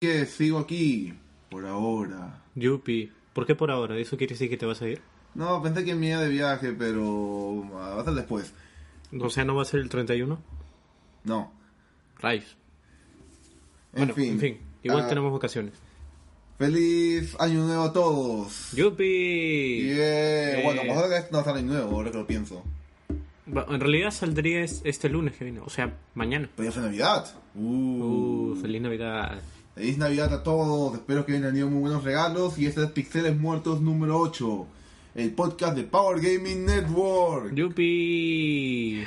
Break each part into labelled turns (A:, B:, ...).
A: Que sigo aquí, por ahora.
B: Yupi. ¿Por qué por ahora? ¿Eso quiere decir que te vas a ir?
A: No, pensé que me iba de viaje, pero ah, va a ser después.
B: O sea, ¿no va a ser el 31?
A: No.
B: Rayos.
A: En
B: Bueno,
A: fin.
B: en fin. Igual
A: Ah,
B: tenemos vacaciones.
A: Feliz año nuevo a todos.
B: ¡Yupi!
A: Yeah.
B: Eh,
A: Bueno, mejor que no es año nuevo, ahora que lo pienso.
B: va- En realidad saldría es- este lunes que viene, o sea, mañana.
A: Pero ya fue Navidad. Uh.
B: Uh, feliz Navidad.
A: Feliz Navidad a todos. Espero que hayan tenido muy buenos regalos. Y este es Pixeles Muertos número 8. El podcast de Power Gaming Network.
B: ¡Yupi!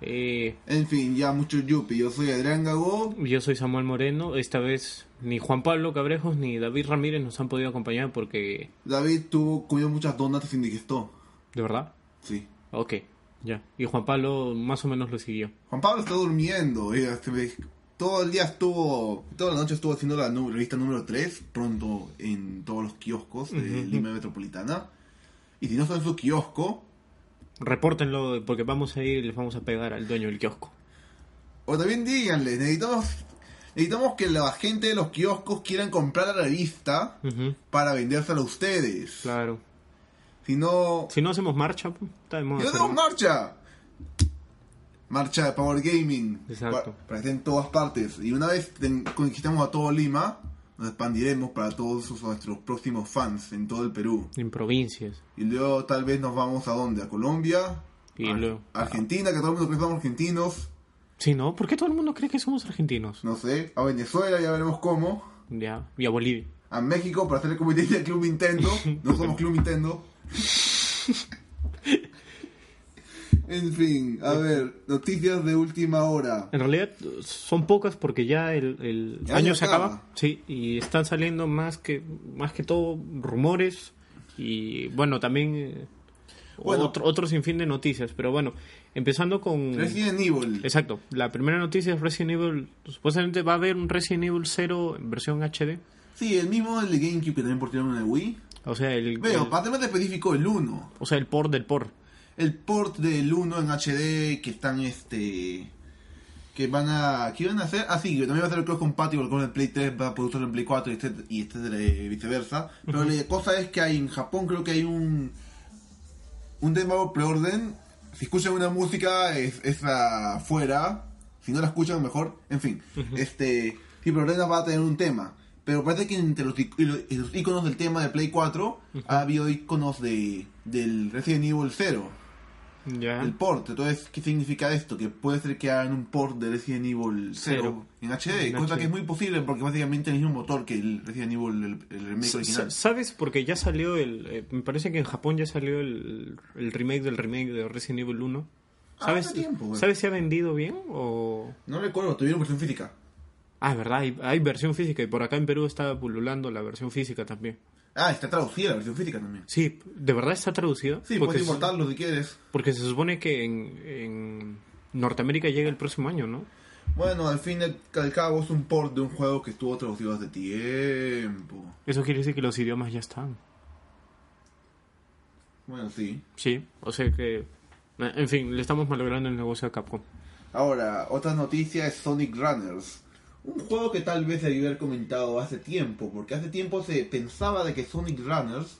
B: Eh,
A: En fin, ya mucho yupi. Yo soy Adrián Gago.
B: yo soy Samuel Moreno. Esta vez ni Juan Pablo Cabrejos ni David Ramírez nos han podido acompañar porque.
A: David tuvo, comió muchas donuts y se indigestó.
B: ¿De verdad?
A: Sí.
B: Ok, ya. Y Juan Pablo más o menos lo siguió.
A: Juan Pablo está durmiendo. eh, este me- Todo el día estuvo, toda la noche estuvo haciendo la nu- revista número 3, pronto en todos los kioscos de Lima Metropolitana. Y si no está en su kiosco,
B: Repórtenlo porque vamos a ir y les vamos a pegar al dueño del kiosco.
A: o también díganle, necesitamos, necesitamos que la gente de los kioscos quieran comprar la revista
B: Ujú,
A: para vendérsela a ustedes.
B: Claro.
A: Si no,
B: Si no hacemos marcha, pues, está de moda
A: ¡Yo
B: hacer
A: tengo marcha! Marcha de Power Gaming.
B: Exacto.
A: Pa- Para que esté en todas partes. Y una vez ten- conquistemos a todo Lima, nos expandiremos para todos sus- nuestros próximos fans en todo el Perú.
B: En provincias.
A: Y luego tal vez nos vamos a dónde? ¿A Colombia?
B: Y
A: a
B: luego-
A: a Argentina, que todo el mundo cree que somos argentinos.
B: Sí, ¿no? ¿Por qué todo el mundo cree que somos argentinos?
A: No sé. A Venezuela, ya veremos cómo.
B: Ya. Y a Bolivia.
A: A México para hacer el comité del Club Nintendo. No somos Club Nintendo. en fin, a ver, noticias de última hora.
B: En realidad eh, son pocas porque ya el, el
A: Ya
B: año
A: ya
B: se
A: acaba.
B: acaba. Sí, y están saliendo más que más que todo rumores y bueno, también eh,
A: Bueno.
B: otro, otro sinfín de noticias, pero bueno, empezando con
A: Resident Evil.
B: Exacto, la primera noticia es Resident Evil, supuestamente va a haber un Resident Evil 0 en versión HD,
A: Sí, el mismo del de GameCube que también portaron en el Wii.
B: o sea, el,
A: Veo,
B: el-
A: para temas específico el 1.
B: o sea, el port del port.
A: El port del 1 en HD que están este. Que van a. ¿Qué van a hacer? Ah, sí, que también va a ser el cross compatible con el Play 3, va a poder usarlo en Play 4 y etcétera, y este etcétera, y eh, viceversa. Pero la cosa es que hay en Japón, creo que hay un. Un tema preorden. Si escuchan una música, es, es afuera. Si no la escuchan, mejor. En fin, este. Si preordenas, va a tener un tema. Pero parece que entre los, ic- y los- y los iconos del tema de Play 4 ha habido iconos de, del Resident Evil 0
B: Ya.
A: el port. Entonces, ¿qué significa esto? Que puede ser que hagan un port de Resident Evil 0
B: Cero.
A: en HD,
B: En
A: cosa
B: HD.
A: que es muy posible porque básicamente es el mismo motor que el Resident Evil, el, el remake
B: Sa-
A: original.
B: sa- ¿Sabes? Porque ya salió el. eh, me parece que en Japón ya salió el, el remake del remake de Resident Evil 1.
A: Ah,
B: ¿Sabes,
A: hace tiempo, güey.
B: ¿Sabes si ha vendido bien? O...
A: No recuerdo, tuvieron versión física.
B: Ah, es verdad, hay, hay versión física y por acá en Perú está pululando la versión física también.
A: Ah, está traducida la versión física también.
B: Sí, ¿de verdad está traducido?
A: Sí, pues,
B: porque,
A: puedes
B: se-
A: importarlo si quieres.
B: porque se supone que en, en Norteamérica llega el próximo año, ¿no?
A: Bueno, al fin y al- al cabo es un port de un juego que estuvo traducido hace tiempo.
B: Eso quiere decir que los idiomas ya están.
A: Bueno, sí.
B: Sí, o sea que. eh, En fin, le estamos malogrando el negocio a Capcom.
A: Ahora, otra noticia es Sonic Runners. Un juego que tal vez debí haber comentado hace tiempo, porque hace tiempo se pensaba de que Sonic Runners.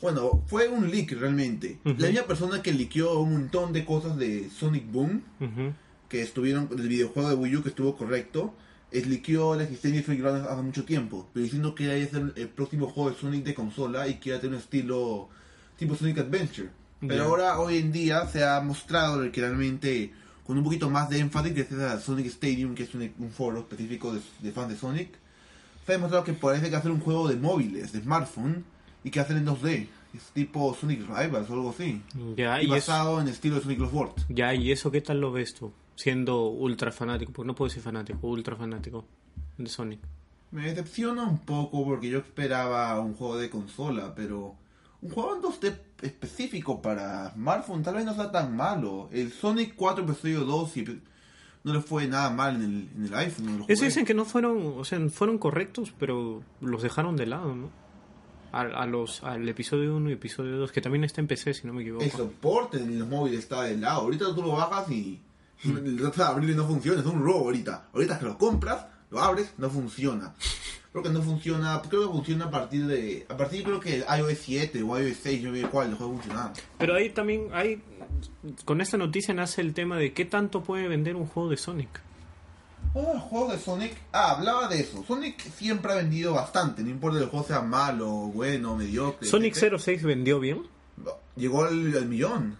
A: Bueno, fue un leak realmente. La misma persona que liqueó un montón de cosas de Sonic Boom,
B: Ujú.
A: que estuvieron. del videojuego de Wii U que estuvo correcto, es liqueó la existencia de Sonic Runners hace mucho tiempo, pero diciendo que era el, el próximo juego de Sonic de consola y que iba a tener un estilo tipo Sonic Adventure. Pero
B: Ya.
A: ahora, hoy en día, se ha mostrado que realmente con un poquito más de énfasis, gracias a Sonic Stadium, que es un, un foro específico de, de fans de Sonic, se ha demostrado que parece que hacer un juego de móviles, de smartphone, y que hacen en 2D. Es tipo Sonic Rivals o algo así.
B: Ya,
A: y
B: Ah, y, eso,
A: basado en estilo de Sonic Lost World.
B: ya, ¿y eso qué tal lo ves tú? siendo ultra fanático, porque no puedo decir fanático, ultra fanático de Sonic.
A: Me decepciona un poco porque yo esperaba un juego de consola, pero un juego en 2D específico para smartphone tal vez no sea tan malo. El Sonic 4 episodio 2 y no le fue nada mal en el, en el iPhone. no lo jugué.
B: Eso dicen que no fueron, o sea, fueron correctos, pero los dejaron de lado, ¿no? A, a los, al episodio 1 y episodio 2, que también está en PC, si no me equivoco.
A: El soporte en los móviles está de lado. Ahorita tú lo bajas y
B: Hmm.
A: tratas de abrirlo y no funciona. Es un robo ahorita. Ahorita que lo compras, lo abres, no funciona. Creo que no funciona, creo que funciona a partir de, a partir creo que el iOS 7 o iOS 6, yo vi cuál dejó de funcionar.
B: Pero ahí también hay, con esta noticia nace el tema de qué tanto puede vender un juego de Sonic.
A: Oh, el juego de Sonic, ah, hablaba de eso. Sonic siempre ha vendido bastante, no importa que el juego sea malo, bueno, mediocre.
B: Sonic
A: etc.
B: 06 vendió bien.
A: Llegó al, al millón.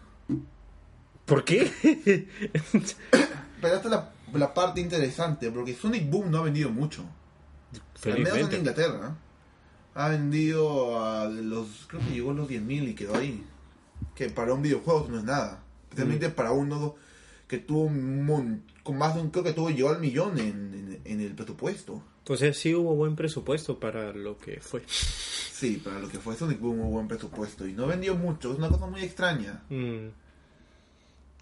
B: ¿Por qué?
A: Pero esta es la, la parte interesante, porque Sonic Boom no ha vendido mucho. Al menos en
B: Felizmente.
A: Inglaterra. Ha vendido a los. Creo que llegó a los 10.000 y quedó ahí. Que para un videojuego no es nada.
B: Mm.
A: Especialmente para uno que tuvo un mon- con más de un. Creo que tuvo llegó al millón en, en- en el presupuesto.
B: Entonces sí hubo buen presupuesto para lo que fue.
A: Sí, para lo que fue Sonic Boom hubo buen presupuesto. Y no vendió mucho. Es una cosa muy extraña.
B: Mm.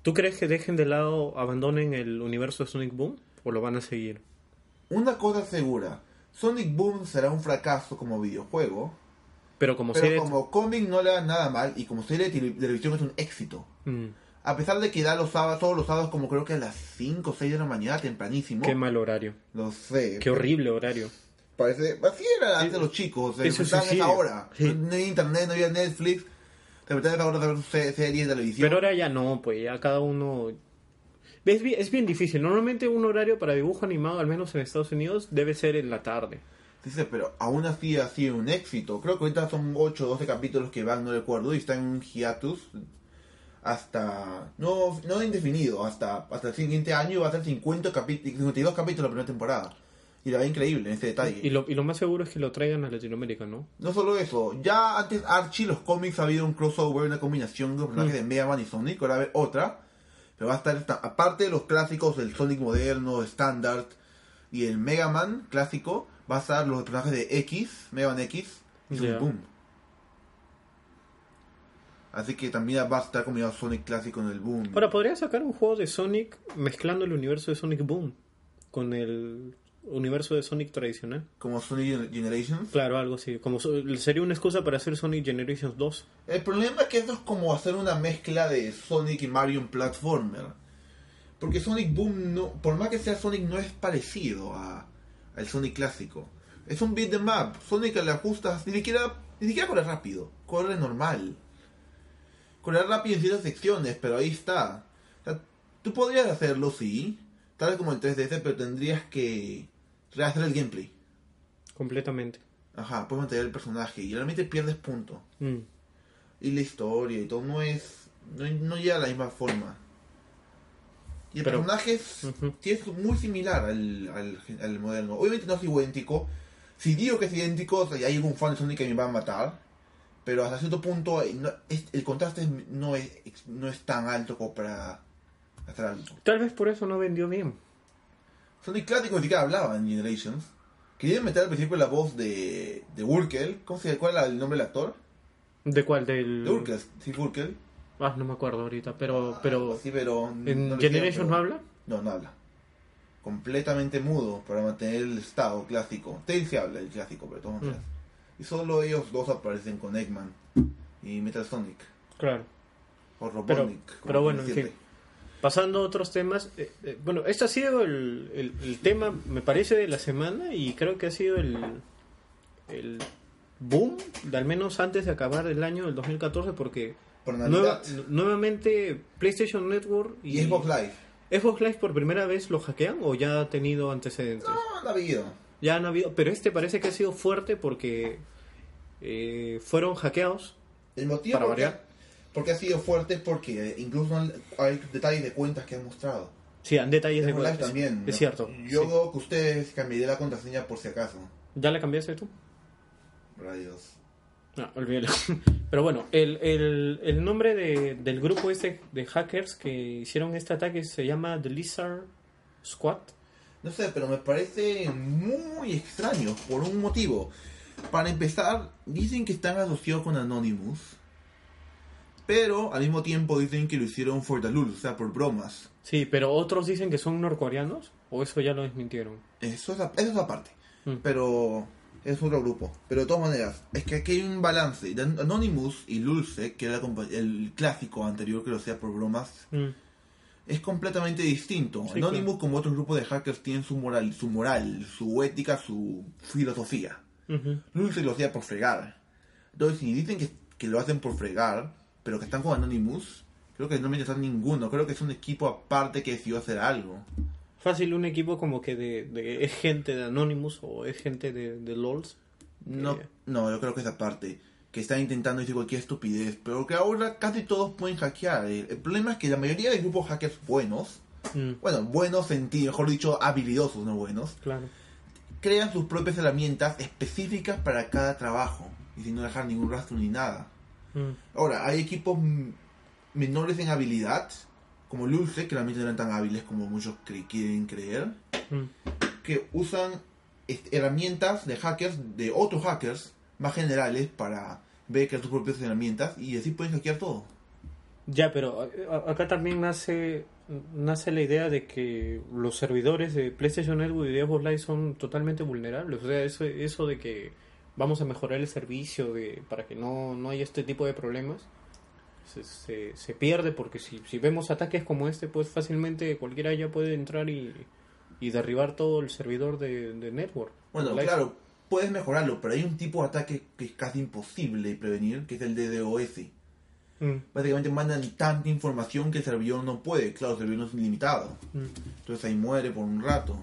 B: ¿Tú crees que dejen de lado, abandonen el universo de Sonic Boom o lo van a seguir?
A: Una cosa es segura. Sonic Boom será un fracaso como videojuego.
B: Pero como
A: Pero
B: serie...
A: como cómic no le va nada mal. Y como serie de tele- televisión es un éxito.
B: Mm,
A: A pesar de que da los sábados, todos los sábados, como creo que a las 5 o 6 de la mañana, tempranísimo.
B: Qué mal horario.
A: No sé.
B: Qué horrible horario.
A: Parece. Así era antes los chicos. Se
B: eso es
A: juntaban a esa
B: suicidio.
A: hora.
B: Sí.
A: No había internet, no había Netflix. Se metían a esa hora a ver se- series de televisión.
B: Pero ahora ya no, pues ya cada uno... Es bien, es bien difícil. Normalmente un horario para dibujo animado, al menos en Estados Unidos, debe ser en la tarde.
A: Dice, pero aún así ha sido un éxito. Creo que ahorita son 8 o 12 capítulos que van, no recuerdo, y están en un hiatus hasta. No, no indefinido, hasta, hasta el siguiente año va a ser 50 capítulos, 52 capítulos la primera temporada. Y la ve increíble en este detalle.
B: Y lo, y lo más seguro es que lo traigan a Latinoamérica, ¿no?
A: No solo eso, ya antes Archie, los cómics, ha habido un crossover, una combinación de los personajes de
B: Mm.
A: Mega Man y Sonic, ahora va a haber otra. Pero va a estar, esta- aparte de los clásicos, el Sonic moderno, estándar y el Mega Man clásico, va a estar los personajes de X, Mega Man X y Sonic
B: Ya.
A: Boom. Así que también va a estar combinado Sonic clásico en el Boom.
B: Ahora, podría sacar un juego de Sonic mezclando el universo de Sonic Boom con el universo de Sonic tradicional.
A: Como Sonic Gen- Generations.
B: Claro, algo así. Como so- sería una excusa para hacer Sonic Generations 2.
A: El problema es que esto es como hacer una mezcla de Sonic y Mario en platformer. Porque Sonic Boom, no, por más que sea Sonic, no es parecido a, al Sonic clásico. Es un beat em up. Sonic le ajustas, ni siquiera, ni siquiera corre rápido, corre normal. Corre rápido en ciertas secciones, pero ahí está. O sea, tú podrías hacerlo, sí. Tal vez como el 3DS, pero tendrías que rehacer el gameplay.
B: Completamente.
A: Ajá, puedes mantener el personaje y realmente pierdes puntos
B: Mm.
A: y la historia y todo no es no, no llega a la misma forma y el
B: Pero-
A: personaje es,
B: Ujú.
A: sí es muy similar al, al, al moderno obviamente no es idéntico si digo que es idéntico o sea, hay algún fan de Sonic que me va a matar pero hasta cierto punto eh, no- es- el contraste es- no es no es tan alto como para hacer algo
B: Tal vez por eso no vendió bien.
A: Sonic clásico ni siquiera hablaba en Generations querían meter al principio la voz de de Urkel ¿cómo se cuál era el nombre del actor?
B: ¿De cuál? Del...
A: de Urkel sí Urkel
B: Ah, no me acuerdo ahorita, pero... pero...
A: sí pero no
B: ¿En
A: lo hicieron,
B: Generations
A: pero-
B: no habla?
A: No, no habla. Completamente mudo para mantener el estado clásico. Tails sí habla el clásico, pero
B: Mm.
A: todos no hablan. Y solo ellos dos aparecen con Eggman y Metal Sonic.
B: Claro.
A: O
B: Pero,
A: Robotnik. como
B: pero bueno, en
A: quieran
B: fin. Pasando a otros temas. eh, eh, bueno, este ha sido el, el- el tema, me parece, de la semana y creo que ha sido el, el boom, de al menos antes de acabar el año del 2014, porque
A: Por Navidad.
B: nueva- nuevamente PlayStation Network
A: Y Xbox Live.
B: Xbox Live por primera vez lo hackean o ya ha tenido antecedentes.
A: No, no ha habido.
B: Ya han habido, pero este parece que ha sido fuerte porque eh, fueron hackeados.
A: El motivo
B: Para
A: por qué-
B: variar.
A: porque ha sido fuerte es porque eh, incluso hay detalles de cuentas que han mostrado.
B: Sí, han detalles de
A: Xbox Live
B: es-
A: también. ¿no?
B: Es, cierto.
A: Yo
B: sí.
A: veo que ustedes cambiaré la contraseña por si acaso.
B: ¿Ya la cambiaste tú?
A: Rayos.
B: No, olvídalo. Pero bueno, el, el, el nombre de- del grupo este de hackers que hicieron este ataque se llama The Lizard Squad.
A: No sé, pero me parece muy extraño por un motivo. Para empezar, dicen que están asociados con Anonymous, pero al mismo tiempo dicen que lo hicieron for the lul, o sea, por bromas.
B: Sí, pero otros dicen que son norcoreanos, o eso ya lo desmintieron.
A: Eso es, la- eso es aparte,
B: Mm.
A: pero es otro grupo. Pero de todas maneras, es que aquí hay un balance. De An- Anonymous y Lulce, que era la compa- el clásico anterior que lo hacía por bromas,
B: Mm.
A: es completamente distinto.
B: Sí,
A: Anonymous, como otros grupos de hackers, tienen su moral, su moral, su ética, su filosofía.
B: Ujú.
A: Lulce lo hacía por fregar. Entonces, si dicen que, que lo hacen por fregar, pero que están con Anonymous, creo que no me interesan ninguno. Creo que es un equipo aparte que decidió hacer algo.
B: Fácil un equipo como que de, de- es gente de Anonymous o es gente de, de LOLs.
A: No,
B: Eh,
A: no, yo creo que es aparte. Que están intentando decir cualquier estupidez, pero que ahora casi todos pueden hackear. El, el problema es que la mayoría de grupos hackers buenos,
B: mm,
A: bueno, buenos en ti, mejor dicho, habilidosos, no buenos,
B: claro.
A: crean sus propias herramientas específicas para cada trabajo y sin no dejar ningún rastro ni nada.
B: Mm.
A: Ahora, hay equipos mm, menores en habilidad, como Lulce, que realmente no eran tan hábiles como muchos cre- quieren creer,
B: Mm.
A: que usan est- herramientas de hackers, de otros hackers más generales para ver crear sus propias herramientas y así pueden hackear todo.
B: Ya, pero a- a- acá también nace, nace la idea de que los servidores de PlayStation Network y de Xbox Live son totalmente vulnerables. O sea, eso, eso de que vamos a mejorar el servicio de, para que no, no haya este tipo de problemas se, se, se pierde porque si, si vemos ataques como este, pues fácilmente cualquiera ya puede entrar y, y derribar todo el servidor de, de Network.
A: Bueno,
B: Live.
A: claro, puedes mejorarlo, pero hay un tipo de ataque que es casi imposible prevenir, que es el DDoS.
B: Mm,
A: Básicamente mandan tanta información que el servidor no puede, claro, el servidor no es ilimitado.
B: mm,
A: Entonces ahí muere por un rato.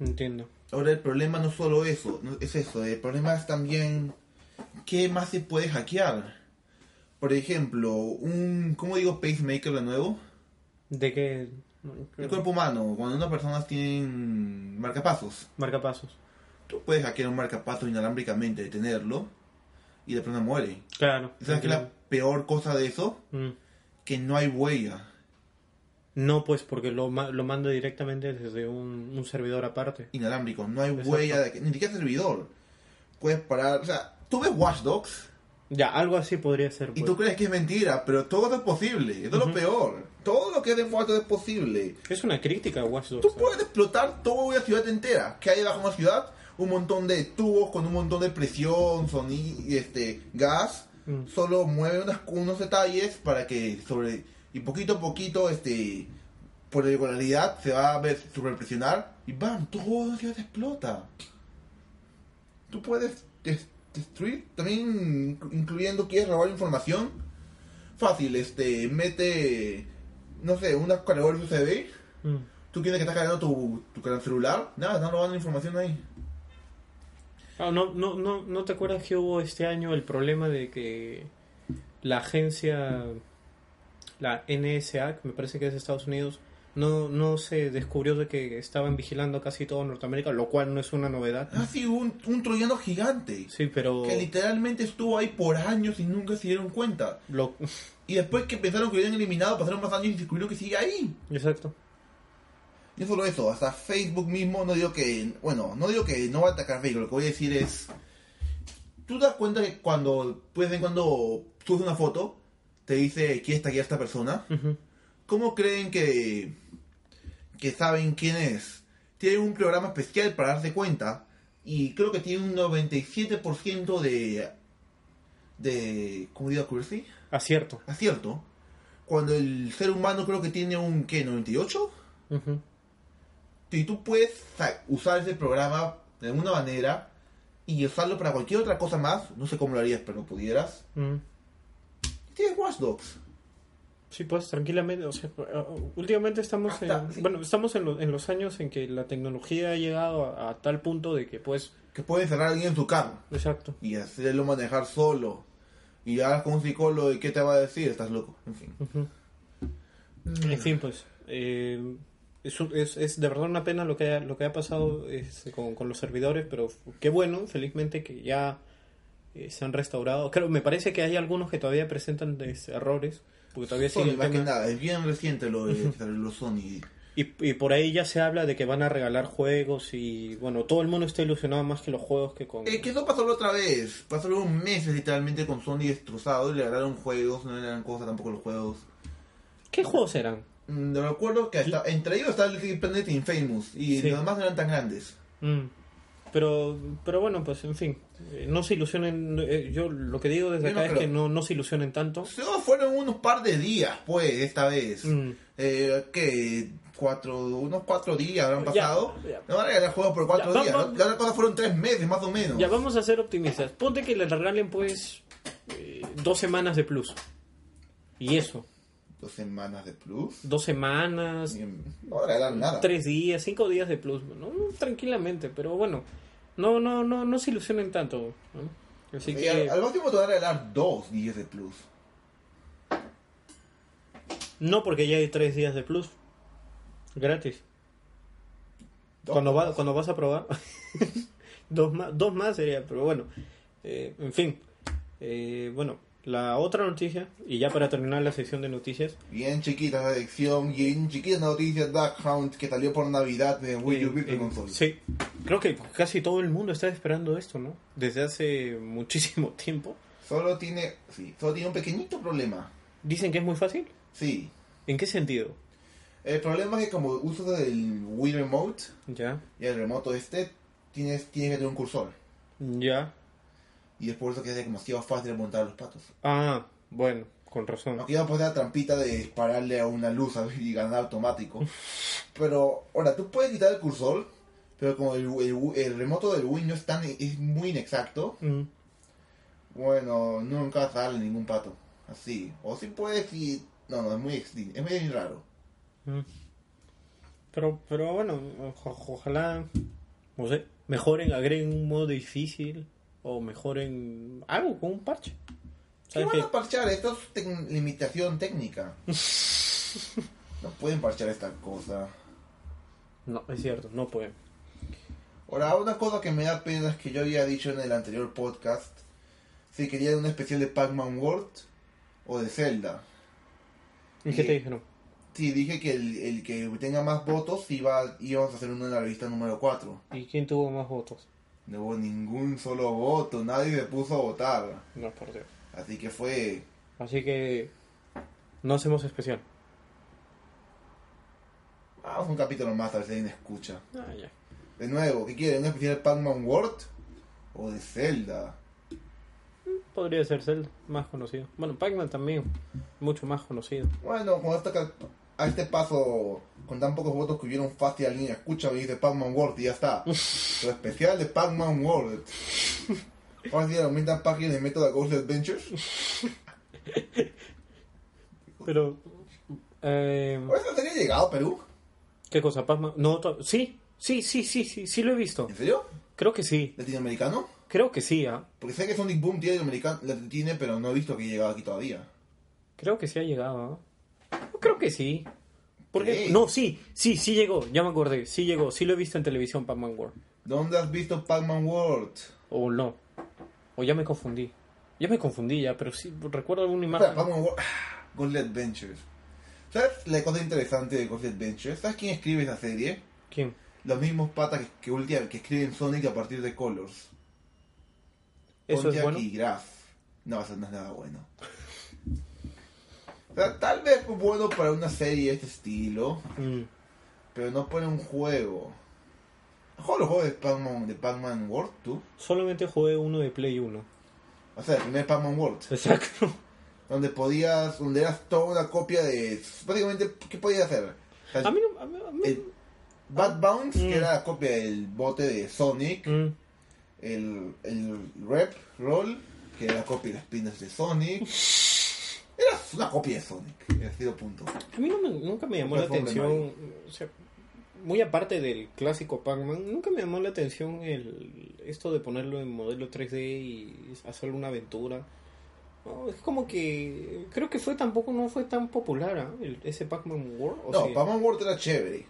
B: entiendo.
A: Ahora el problema no es solo eso, no- es eso, el problema es también qué más se puede hackear. Por ejemplo, un, ¿cómo digo pacemaker de nuevo?
B: ¿De qué?
A: El cuerpo humano, cuando unas personas tienen marcapasos,
B: Marcapasos.
A: tú puedes hackear un marcapaso inalámbricamente, detenerlo, y la persona muere.
B: Claro.
A: ¿Y ¿Sabes qué es la
B: entiendo.
A: peor cosa de eso?
B: Mm.
A: Que no hay huella.
B: No, pues porque lo, ma- lo mando directamente desde un, un servidor aparte.
A: Inalámbrico, no hay
B: Exacto.
A: huella de que, ni siquiera servidor. Puedes parar, o sea, tú ves Watch Dogs,
B: Ya, algo así podría ser.
A: Y
B: pues.
A: tú crees que es mentira, pero todo es posible. Eso es lo
B: Ujú.
A: peor. Todo lo que es de muerto es posible.
B: Es una crítica a Watch Dogs,
A: Tú
B: ¿sabes?
A: puedes explotar toda una ciudad entera. Que hay debajo de una ciudad un montón de tubos con un montón de presión, sonido y este gas.
B: Mm.
A: Solo mueve unas- unos detalles para que sobre y poquito a poquito este por irregularidad se va a ver sobrepresionar y bam, toda la ciudad explota. Tú puedes des- destruir también inclu- incluyendo quieres robar información. Fácil, este mete no sé, una cargador USB
B: Mm.
A: ¿Tú quieres que estás cargando tu, tu canal celular? Nada, están robando información ahí.
B: Ah, no, no, no, ¿No te acuerdas que hubo este año el problema de que la agencia, la NSA, que me parece que es de Estados Unidos, no, no se descubrió de que estaban vigilando casi todo Norteamérica, lo cual no es una novedad.
A: Ha sido Ah, un, un troyano gigante.
B: Sí, pero...
A: Que literalmente estuvo ahí por años y nunca se dieron cuenta.
B: Lo...
A: Y después que pensaron que lo habían eliminado, pasaron más años y descubrieron que sigue ahí.
B: Exacto.
A: Y no solo eso, hasta Facebook mismo, no digo que. Bueno, no digo que no va a atacar Facebook, lo que voy a decir es. ¿Tú te das cuenta que cuando. Pues de vez en cuando subes una foto, te dice quién está aquí esta persona?
B: Ujú.
A: ¿Cómo creen que, que saben quién es? Tienen un programa especial para darse cuenta y creo que tiene un 97% de... de ¿Cómo digo? accuracy?
B: Acierto.
A: Acierto. Cuando el ser humano creo que tiene un ¿qué? ¿98?
B: Ujú.
A: Y tú puedes sa- usar ese programa de alguna manera y usarlo para cualquier otra cosa más. No sé cómo lo harías, pero pudieras.
B: Mm.
A: Tienes Watch Dogs.
B: Sí, pues tranquilamente. O sea, uh, últimamente estamos en,
A: Hasta- Ah, sí.
B: bueno, estamos en, lo- en los años en que la tecnología ha llegado a, a tal punto de que, pues,
A: Que puede encerrar a alguien en su carro.
B: exacto.
A: y hacerlo manejar solo. Y hablas con un psicólogo y qué te va a decir, estás loco. En fin.
B: Ujú.
A: Mm.
B: En fin, pues, eh, es, un- es- es de verdad una pena lo que ha, lo que ha pasado este, con, con los servidores, pero qué bueno, felizmente que ya eh, se han restaurado. Claro, me parece que hay algunos que todavía presentan des- errores, porque todavía sigue
A: Sony,
B: el
A: más que
B: tema.
A: nada, es bien reciente lo de que salió los Sony.
B: Y, y por ahí ya se habla de que van a regalar juegos y bueno, todo el mundo está ilusionado más que los juegos que con...
A: Es Eh, que eso pasó la otra vez. Pasaron meses literalmente con Sony destrozado y le agarraron juegos, no eran cosas tampoco los juegos.
B: ¿Qué juegos eran?
A: Mm, No me acuerdo que hasta, entre ellos está el Planet Infamous y
B: Sí.
A: los demás no eran tan grandes.
B: Mm. Pero, pero bueno, pues en fin, eh, no se ilusionen, eh, yo lo que digo desde
A: Yo no
B: acá es
A: creo.
B: que no, no se ilusionen tanto.
A: Solo fueron unos par de días, pues, esta vez.
B: Mm.
A: Eh, que cuatro, unos cuatro días habrán
B: Ya,
A: pasado.
B: ya.
A: No van a regalar juegos por cuatro
B: Ya, va-
A: días.
B: va-
A: ¿no? La otra cosa fueron tres meses, más o menos.
B: Ya vamos a ser optimistas. Ponte que le regalen pues eh, dos semanas de plus. Y eso,
A: Dos semanas de plus.
B: dos semanas,
A: No van a regalar nada.
B: Mm, tres días, cinco días de plus, ¿no? tranquilamente, pero bueno, no, no, no, no se ilusionen tanto. ¿no? Así
A: Y al,
B: que
A: al máximo te van a regalar dos días de plus.
B: no porque ya hay tres días de plus gratis.
A: Dos.
B: Cuando va, cuando vas a probar dos más, dos más sería, pero bueno, Eh, en fin, Eh, bueno, la otra noticia y ya para terminar la sección de noticias.
A: Bien chiquita la sección, bien chiquita la noticia Duck Hunt que salió por Navidad de Wii U
B: Eh,
A: Virtual
B: eh,
A: Console.
B: Sí, creo que casi todo el mundo está esperando esto, ¿no? Desde hace muchísimo tiempo.
A: Solo tiene, sí, solo tiene un pequeñito problema.
B: Dicen que es muy fácil.
A: Sí.
B: ¿En qué sentido?
A: El problema es que como usas el Wii Remote
B: Ya,
A: y el remoto este, tienes, tienes que tener un cursor.
B: ya.
A: Y es por eso que es demasiado fácil montar a los patos.
B: Ah, bueno, con razón.
A: Aunque iba a poner la trampita de dispararle a una luz a ver, y ganar automático. Pero, ahora, tú puedes quitar el cursor, pero como el, el- el remoto del Wii no es, tan, es muy inexacto,
B: Mm,
A: bueno, nunca sale ningún pato. Así. O si puedes y... No, no, es muy, ex- es muy raro.
B: mm. Pero, pero bueno, oja- ojalá, no sé, mejoren, agreguen un modo difícil o mejoren algo con un parche.
A: ¿Qué
B: ¿Sabes
A: van
B: qué?
A: a parchar? Esto es tec- limitación técnica. no pueden parchar esta cosa.
B: No, es cierto, no pueden.
A: Ahora, una cosa que me da pena es que yo había dicho en el anterior podcast si querían un especial de Pac-Man World o de Zelda.
B: ¿Y qué
A: Y-
B: te dijeron?
A: Sí, dije que el, el que tenga más votos iba, íbamos a hacer uno en la revista número 4.
B: ¿Y quién tuvo más votos?
A: No hubo ningún solo voto, nadie se puso a votar.
B: No, por Dios.
A: Así que fue...
B: Así que no hacemos especial.
A: Vamos un capítulo más a ver si alguien escucha.
B: Ah, ya.
A: De nuevo, ¿qué quieren? ¿Un especial de Pac-Man World o de Zelda?
B: Podría ser Zelda, más conocido. Bueno, Pac-Man también, mucho más conocido.
A: Bueno, con esta ca- a este paso, con tan pocos votos que hubieron fácil, alguien escucha y dice Pac-Man World y ya está. Lo especial de Pac-Man World. Ahora sí, aumentan páginas de método de Ghost Adventures.
B: Pero, eh,
A: ¿O esta serie ha llegado a Perú?
B: ¿qué cosa, Pac-Man? No, to- sí, sí, sí, sí, sí, sí lo he visto.
A: ¿En serio?
B: Creo que sí,
A: ¿Latinoamericano?
B: creo que sí, ah.
A: Porque sé que Sonic Boom tiene latinoamericano, la tiene, pero no he visto que haya llegado aquí todavía.
B: Creo que sí ha llegado. ah. Creo que sí. Porque,
A: Sí.
B: no, sí, sí, sí llegó, ya me acordé, sí llegó, sí lo he visto en televisión Pac-Man World.
A: ¿Dónde has visto Pac-Man World?
B: O no, o ya me confundí. Ya me confundí ya, pero sí, recuerdo alguna
A: Espera,
B: imagen.
A: Pac-Man World. Ah, Ghost Adventures. ¿Sabes la cosa interesante de Ghost Adventures? ¿Sabes quién escribe esa serie?
B: ¿Quién?
A: los mismos patas que, que, ulti- que escriben Sonic a partir de Colors.
B: ¿Eso es
A: Pontiac
B: bueno?
A: y Graf. No, eso no es nada bueno. O sea, tal vez fue bueno para una serie de este estilo,
B: Mm.
A: pero no para un juego. ¿Has jugado los juegos de Pac-Man de Pac-Man World, tú?
B: Solamente jugué uno de Play 1.
A: O sea, el primer Pac-Man World,
B: Exacto.
A: donde podías, donde eras toda una copia de... Básicamente, ¿qué podías hacer? O sea,
B: A mí no. A mí, a mí-
A: el Bad Bounce,
B: Mm.
A: que era la copia del bote de Sonic,
B: Mm,
A: el, el Rep Roll, que era copia de las pinas de Sonic. Era una copia de Sonic, ha sido punto.
B: a mí no me- nunca me llamó la
A: Nunca fue un
B: atención. O sea, muy aparte del clásico Pac-Man, nunca me llamó la atención el esto de ponerlo en modelo 3D y hacerle una aventura. No, es como que. Creo que fue tampoco. No fue tan popular ¿ah? El- ese Pac-Man World. o
A: No,
B: Oh, sí.
A: Pac-Man World era chévere.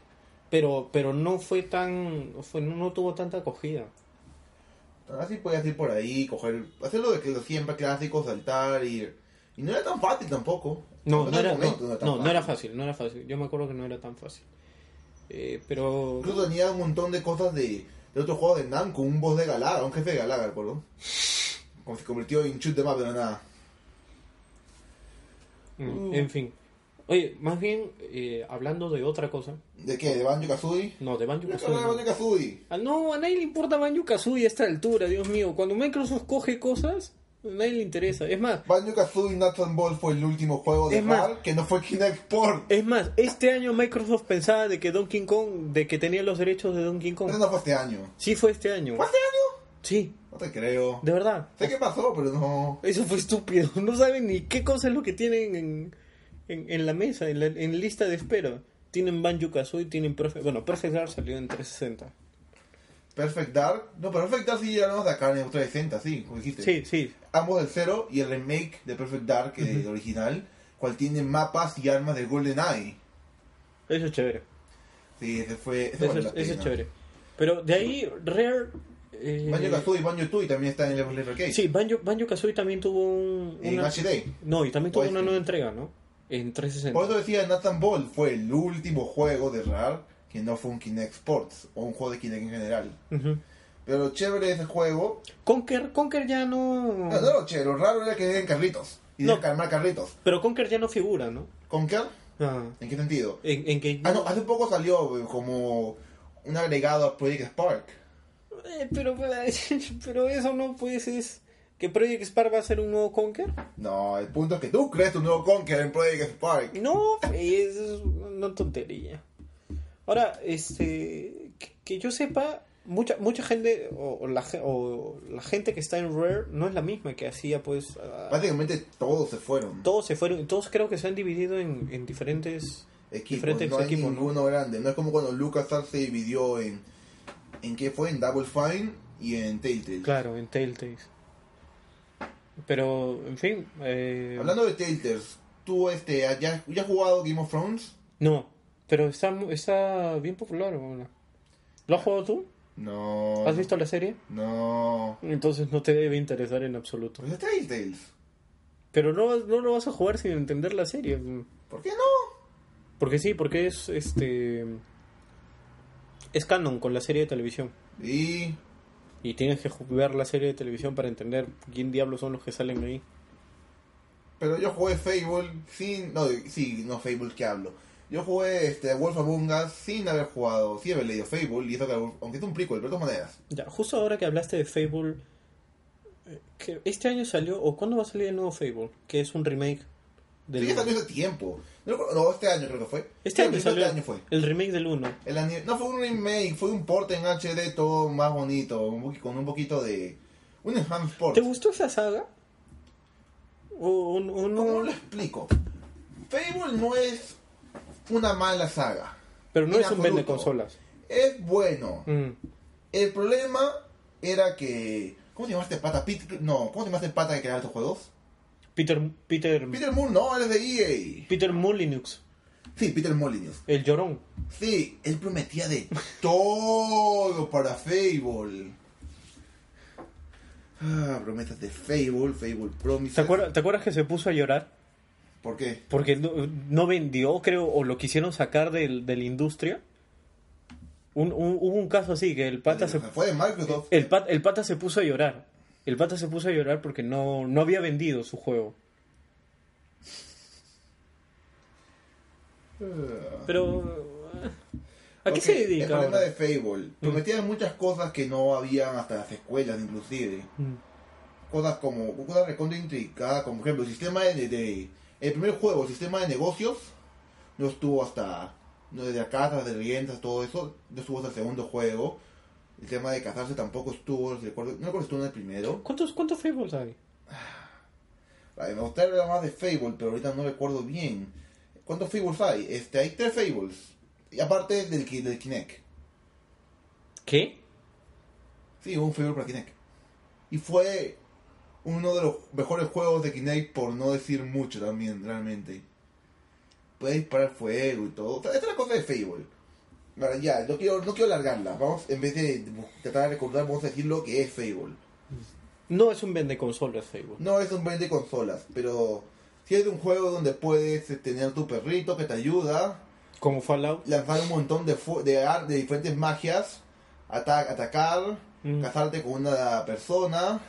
B: pero, pero no fue tan. Fue, no, no tuvo tanta acogida.
A: Así podías ir por ahí, coger, hacer lo de que los siempre clásicos, saltar y... Y no era tan fácil tampoco.
B: No, no
A: En
B: era,
A: el momento
B: no,
A: tan
B: no, no era fácil, no era fácil. Yo me acuerdo que no era tan fácil. Eh, pero
A: Incluso tenía un montón de cosas de, de otro juego de Namco, un boss de Galaga, un jefe de Galaga, recuerdo. Como se convirtió en shoot de map de la nada.
B: Mm, En fin. Oye, más bien, eh, hablando de otra cosa.
A: ¿De qué? ¿De Banjo Kazooie?
B: No, de Banjo
A: Yo
B: Kazooie.
A: creo que Banjo Kazooie.
B: Ah, no, a nadie le importa Banjo Kazooie a esta altura, Dios mío. Cuando Microsoft coge cosas, a nadie le interesa. Es más,
A: Banjo Kazooie Nuts and Ball fue el último juego de
B: Es más-
A: Mar que no fue Kinect Port.
B: es más, este año Microsoft pensaba de que Donkey Kong, de que tenía los derechos de Donkey Kong.
A: Eso no fue este año.
B: Sí fue este año.
A: ¿Fue este año?
B: Sí,
A: No te creo.
B: de verdad.
A: Sé qué pasó, pero no.
B: Eso fue estúpido. No saben ni qué cosa es lo que tienen en, en, en la mesa, en, la, en lista de espera. Tienen Banjo Kazooie, tienen Perfect. Bueno, Perfect Dark salió en 360.
A: Perfect Dark. No, pero Perfect Dark sí llegaron a sacar en 360, sí, como dijiste.
B: Sí, sí.
A: Ambos del cero y el remake de Perfect Dark, el original, cual tiene mapas y armas de GoldenEye.
B: Eso es chévere.
A: Sí, ese fue. Ese
B: Eso,
A: vale
B: es-
A: la
B: eso es
A: pena.
B: chévere. Pero de ahí, Rare. eh,
A: Banjo Kazooie y Banjo Tui también está en el Level Arcade.
B: Sí, Banjo, Banjo Kazooie también tuvo un.
A: En
B: una-
A: HD.
B: No, y también tuvo
A: Pues,
B: una
A: sí.
B: nueva entrega, ¿no? En
A: Por
B: 360.
A: eso decía Nathan Ball fue el último juego de Rare que no fue un Kinect Sports o un juego de Kinect en general.
B: Ujú.
A: Pero lo chévere de ese juego.
B: Conker, Conker ya no.
A: Ah, No, no, lo chévere, lo raro era que eran carritos. Y
B: No.
A: de calmar carritos.
B: Pero Conker ya no figura, ¿no?
A: ¿Con qué?
B: Ah,
A: ¿En qué sentido?
B: en, en que.
A: Ah, no, hace poco salió eh, como un agregado a Project Spark.
B: Eh, pero, pero eso no, pues es. ¿Que Project Spark va a ser un nuevo Conker?
A: No, el punto es que tú crees tu nuevo Conker en Project Spark.
B: No, pues, es una tontería. Ahora, este, que, que yo sepa, mucha mucha gente o, o la, ge- o la gente que está en Rare no es la misma que hacía, pues, a-
A: Prácticamente todos se fueron.
B: todos se fueron, todos creo que se han dividido en, en diferentes.
A: equipos,
B: diferentes
A: no hay
B: equipos, ¿no?
A: ninguno grande. No es como cuando LucasArts se dividió en... ¿En qué fue? En Double Fine y en Telltale.
B: Claro, en Telltale. Pero, en fin, eh,
A: Hablando de Telltale, ¿tú este, ya, ya has jugado Game of Thrones?
B: no, pero está, mu- está bien popular. bueno. ¿Lo has jugado tú?
A: No.
B: ¿Has visto la serie?
A: No.
B: Entonces no te debe interesar en absoluto.
A: Pues es Telltale.
B: Pero no, no lo vas a jugar sin entender la serie.
A: ¿Por qué no?
B: Porque sí, porque es este. Es canon con la serie de televisión.
A: Y...
B: Y tienes que ju- ver la serie de televisión para entender quién diablos son los que salen ahí.
A: Pero yo jugué Fable sin... No, sí, no Fable que hablo. Yo jugué este, Wolf Among Us sin haber jugado, sin haber leído Fable, y eso que, aunque es un prequel, pero de todas maneras.
B: Ya, justo ahora que hablaste de Fable. eh, que ¿Este año salió o cuándo va a salir el nuevo Fable? Que es un remake del.
A: Sí, que salió hace tiempo. No, recuerdo- no, este año creo que fue.
B: Este
A: Sí,
B: año
A: este
B: salió.
A: año fue.
B: El remake del 1.
A: El ani- no fue un remake, fue un port en HD todo más bonito, un poqui- con un poquito de... Un enhanced port.
B: ¿Te gustó esa saga? ¿O, o- o no?
A: ¿Cómo lo explico? Fable no es una mala saga.
B: Pero no
A: En
B: es un
A: absoluto.
B: vende consolas.
A: Es bueno.
B: Mm.
A: El problema era que... ¿Cómo se llama este pata? Pete- no, ¿cómo se llama este pata que creaba estos juegos?
B: Peter, Peter,
A: Peter Moore, no, él es de EA.
B: Peter Mullinux,
A: Sí, Peter Molyneux.
B: el llorón.
A: Sí, él prometía de todo para Fable. Ah, promesas de Fable, Fable Promises.
B: ¿Te acuerdas, ¿Te acuerdas que se puso a llorar?
A: ¿Por qué?
B: Porque no, no vendió, creo, o lo quisieron sacar del, de la industria. Un- un- hubo un caso así, que el pata se,
A: fue de Microsoft.
B: el, pat- el pata se puso a llorar. El pata se puso a llorar porque no, no había vendido su juego. Pero... eh, ¿A qué
A: Ok,
B: se
A: El
B: dedica?
A: problema
B: ahora? Mm.
A: de Fable. Prometía muchas cosas que no habían hasta las escuelas, inclusive.
B: Mm.
A: Cosas como, cosas recontra intricadas, como por ejemplo, el sistema de, de- El primer juego, el sistema de negocios, no estuvo hasta... No, desde acá, de riendas, todo eso, no estuvo hasta el segundo juego. El tema de casarse tampoco estuvo, no recuerdo, no recuerdo si estuvo en el primero.
B: ¿Cuántos, ¿Cuántos Fables hay?
A: A ver, Me gustaría hablar más de Fable, pero ahorita no recuerdo bien. ¿Cuántos Fables hay? Este, hay tres Fables. Y aparte del, ki- del Kinect.
B: ¿Qué?
A: Sí, hubo un Fable para Kinect. Y fue uno de los mejores juegos de Kinect, por no decir mucho también, realmente. Puedes disparar fuego y todo. O sea, esta es la cosa de Fable. Bueno, ya, no quiero, no quiero alargarla. Vamos, en vez de tratar de recordar, vamos a decir lo que es Fable.
B: No es un vende consolas Fable.
A: No es un vende consolas, pero si es un juego donde puedes eh, tener tu perrito que te ayuda,
B: Como Fallout.
A: lanzar un montón de, fu- de, ar- de diferentes magias, ata- atacar,
B: Mm.
A: casarte con una persona,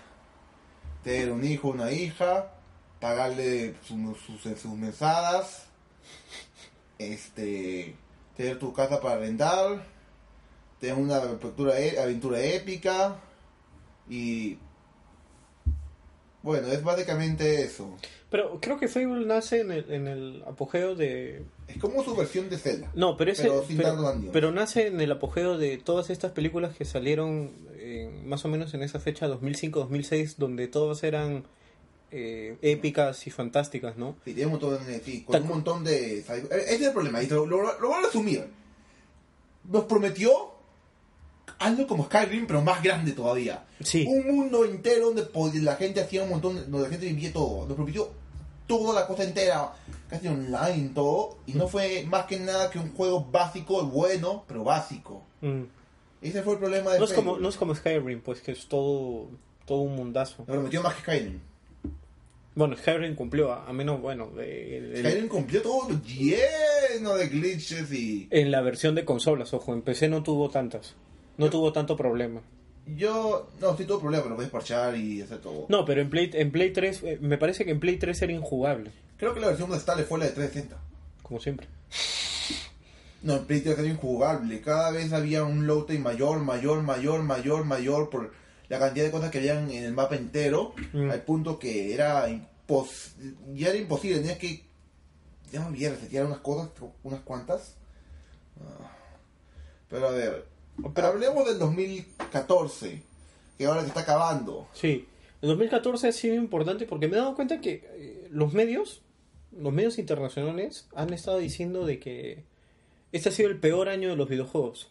A: tener un hijo, una hija, pagarle su- sus, sus mensadas, este, tener tu casa para rentar, tener una aventura, e- aventura épica y... Bueno, es básicamente eso.
B: Pero creo que Fable nace en el, en el apogeo de...
A: Es como su versión de Zelda.
B: No, pero, ese,
A: Pero sin
B: pero,
A: tantos daños.
B: pero nace en el apogeo de todas estas películas que salieron en- más o menos en esa fecha 2005-2006, donde todas eran eh, épicas y fantásticas, ¿no?
A: Sí, tiene un montón de... sí, con un
B: Taco.
A: montón de... e-, Ese es el problema, y lo, lo, lo van a asumir. Nos prometió algo como Skyrim, pero más grande todavía.
B: Sí.
A: Un mundo entero donde pod- la gente hacía un montón, donde la gente vivía todo. Nos prometió toda la cosa entera, casi online, todo. Y no fue más que nada que un juego básico, bueno, pero básico.
B: Mm.
A: Ese fue el problema Uh, de
B: No, es
A: Fable.
B: como, no es como Skyrim, pues que es todo, todo un mundazo.
A: Nos prometió más que Skyrim.
B: Bueno, Skyrim cumplió, a, a menos, bueno, de- de-
A: Skyrim cumplió todo lleno de glitches y...
B: en la versión de consolas, ojo, en PC no tuvo tantas. No tuvo tanto problema.
A: Yo, no, sí tuve problemas, lo puedes parchar y hacer todo.
B: No, pero en Play, en Play 3, eh, me parece que en Play 3 era injugable,
A: Creo que la versión de Stale fue la de 360.
B: como siempre.
A: No, en Play 3 era injugable. Cada vez había un load time mayor, mayor, mayor, mayor, mayor por la cantidad de cosas que habían en el mapa entero.
B: Mm.
A: Al punto que era impos ya era imposible, tenías que. Ya me olvidé, resetear unas cosas, unas cuantas. Ah. Pero a ver,
B: Pero-
A: hablemos del 2014, que ahora se está acabando.
B: Sí, el 2014 ha sido importante porque me he dado cuenta que eh, los medios, los medios internacionales, han estado diciendo de que este ha sido el peor año de los videojuegos.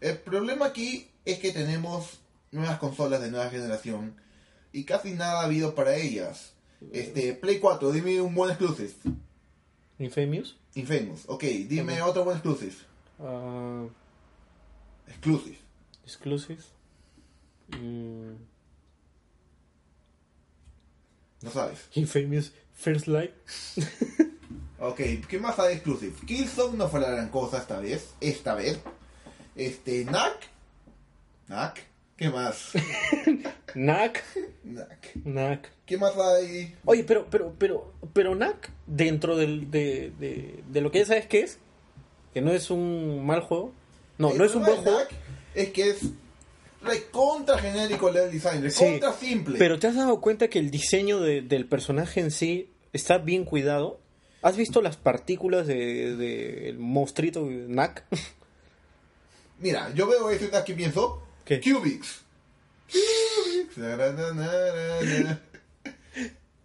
A: El problema aquí es que tenemos nuevas consolas de nueva generación y casi nada ha habido para ellas. Este, Play 4, dime un buen exclusive.
B: Infamous.
A: Infamous. Ok, dime otro buen exclusive.
B: ah,
A: Exclusive.
B: Exclusive. Mm,
A: No sabes.
B: Infamous First Light.
A: Ok, ¿qué más hay de exclusive? Killzone no fue la gran cosa esta vez. Esta vez. Este, Knack. Knack. ¿Qué más?
B: Knack.
A: Knack.
B: Knack.
A: ¿Qué más hay?
B: Oye, pero, pero, pero, pero Knack, dentro del, de, de, de lo que ya sabes que es, que no es un mal juego. No,
A: El
B: no es un buen
A: problema de
B: juego.
A: Knack Es que es recontra genérico el level design, recontra simple.
B: Pero te has dado cuenta que el diseño de- del personaje en sí está bien cuidado. ¿Has visto las partículas del de, el monstruito Knack?
A: Mira, yo veo eso y ¿sabes qué pienso?
B: ¿Qué?
A: Cubics. Cubics.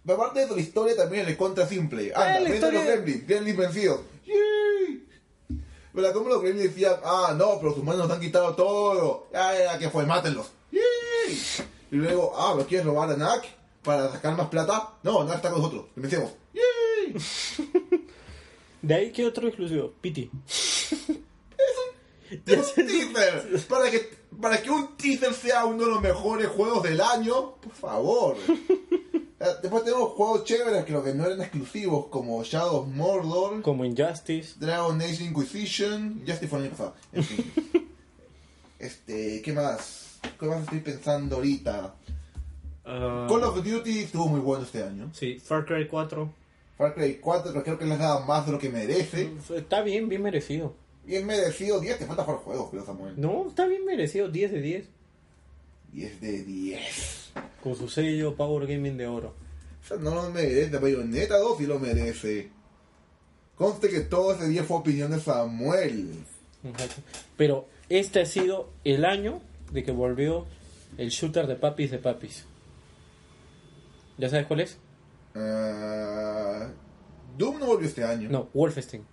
A: Pero aparte de eso, la historia también es contra simple. Anda,
B: Eh, la
A: ven
B: historia-
A: los gremlins, gremlins vencidos. Yay. Pero como los gremlins decían, ah, no, pero sus manos nos han quitado todo. Ya, ya, que fue, mátenlos. Yay. Y luego, ah, ¿me quieres robar a Nak para sacar más plata? No, Nak está con nosotros, le vencemos. Yay.
B: De ahí que otro exclusivo, Pity.
A: Es un teaser. Para que, para que un teaser sea uno de los mejores juegos del año, por favor. Eh, Después tenemos juegos chéveres que lo que no eran exclusivos, como Shadow of Mordor,
B: Como Injustice.
A: Dragon Age Inquisition, Justice for el año pasado. En fin. este, ¿qué más? ¿Qué más estoy pensando ahorita?
B: ah,
A: Call of Duty estuvo muy bueno este año.
B: Sí, Far Cry 4.
A: Far Cry 4 creo que le has dado más de lo que merece.
B: Está bien, bien merecido.
A: Bien merecido 10, te falta jugar juegos, pero Samuel.
B: No, está bien merecido, 10 de 10.
A: 10 de 10.
B: Con su sello Power Gaming de oro.
A: O sea, no lo merece. Bayonetta 2 sí lo merece. Conste que todo ese día fue opinión de Samuel.
B: Exacto. Pero este ha sido el año de que volvió el shooter de papis de papis. ¿Ya sabes cuál es?
A: Ah, Doom no volvió este año.
B: No, Wolfenstein.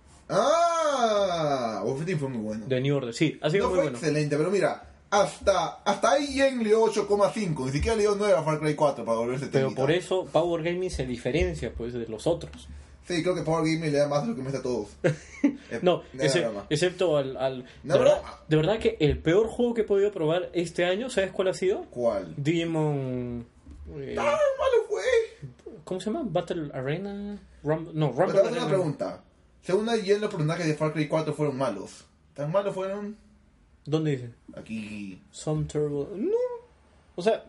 A: Ah, Wolfenstein fue muy bueno.
B: De New Order. Sí, ha sido
A: no
B: muy
A: fue
B: bueno.
A: excelente, pero mira, hasta, hasta IGN le dio 8,5. Ni siquiera le dio 9 a Far Cry 4 para volverse
B: Pero
A: temita.
B: por eso Power Gaming se diferencia pues de los otros.
A: Sí, creo que Power Gaming le da más de lo que me da a todos. Eh,
B: No,
A: le da
B: ese-
A: nada más.
B: excepto al... al-
A: No, no.
B: de, verdad, de verdad que el peor juego que he podido probar este año, ¿sabes cuál ha sido?
A: ¿Cuál?
B: Digimon... eh,
A: ¡Ah, malo fue!
B: ¿Cómo se llama? Battle Arena... Rumble- no,
A: Pero te
B: Rumble
A: voy a hacer
B: Arena.
A: una pregunta. Según ayer, los personajes de Far Cry 4 fueron malos. ¿Tan malos fueron?
B: ¿Dónde dice?
A: Aquí.
B: Some Turbo. No. O sea,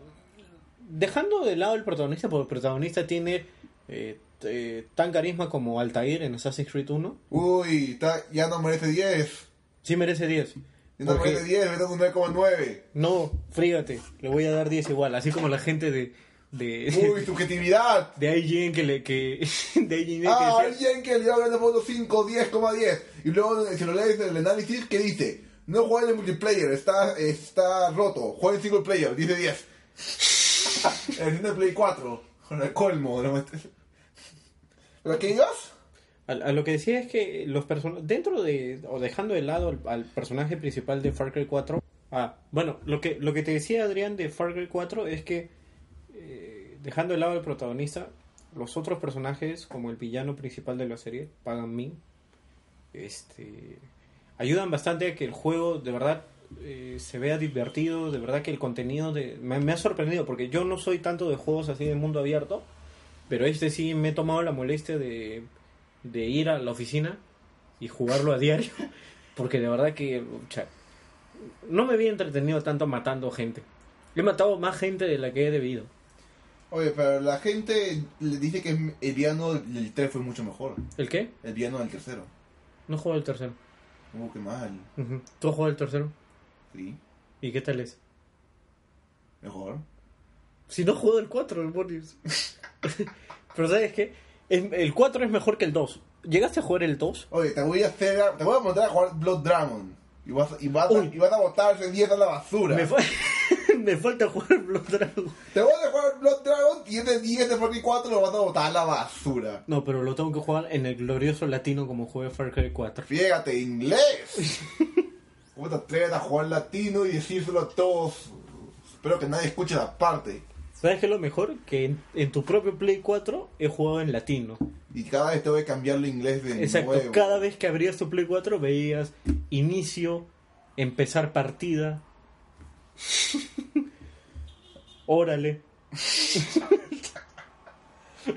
B: dejando de lado el protagonista, porque el protagonista tiene eh, eh, tan carisma como Altair en Assassin's Creed 1.
A: Uy, está- ya no merece 10.
B: Sí merece 10.
A: Ya no
B: Porque-
A: merece 10, merece un 9,9.
B: no, frígate. Le voy a dar 10 igual. Así como la gente de. de
A: Uy, subjetividad.
B: de IGN que le que de IGN
A: Ah,
B: que decía,
A: alguien que le da una foto 5, 10,10. Y luego si lo lees en el análisis, ¿qué dice? No juega en el multiplayer, está, está roto. Juega en single player, dice 10. el single play 4. Con el colmo. de la- ¿Pero qué ibas?
B: a, a lo que decía es que los person- dentro de o dejando de lado al, al personaje principal de Far Cry 4 ah bueno lo que lo que te decía Adrián de Far Cry 4 es que eh, dejando de lado al protagonista los otros personajes como el villano principal de la serie Pagan Min este ayudan bastante a que el juego de verdad eh, se vea divertido, de verdad que el contenido de, me, me ha sorprendido porque yo no soy tanto de juegos así de mundo abierto, pero este sí me he tomado la molestia de, de ir a la oficina y jugarlo a diario porque de verdad que cha, no me había entretenido tanto matando gente. He matado más gente de la que he debido.
A: Oye, pero la gente le dice que el villano del 3 fue mucho mejor.
B: ¿El qué?
A: El villano del tercero.
B: No juego el tercero.
A: Uh, qué mal.
B: Ujú. ¿Tú has jugado el tercero?
A: Sí,
B: ¿Y qué tal es?
A: mejor.
B: Si no jugó el 4, el Boris. Pero sabes qué? Es- el 4 es mejor que el 2. ¿Llegaste a jugar el 2?
A: Oye, te voy a hacer, te voy a montar a jugar Blood Dragon. Y vas, y vas, a,
B: Uy.
A: y vas a botar ese 10 a la basura.
B: Me, fa- me falta jugar Blood Dragon.
A: Te vas a jugar Blood Dragon y ese 10 de Far Cry 4 lo vas a botar a la basura.
B: No, pero lo tengo que jugar en el glorioso latino como juega Far Cry 4.
A: Fíjate, inglés. ¿Cómo te atreves a jugar latino y decírselo a todos? Espero que nadie escuche la parte.
B: ¿Sabes qué es lo mejor? Que en, en tu propio Play 4 he jugado en latino.
A: Y cada vez tengo que cambiarlo a inglés de
B: Exacto.
A: nuevo.
B: Cada vez que abrías tu Play 4 veías inicio, empezar partida. Órale.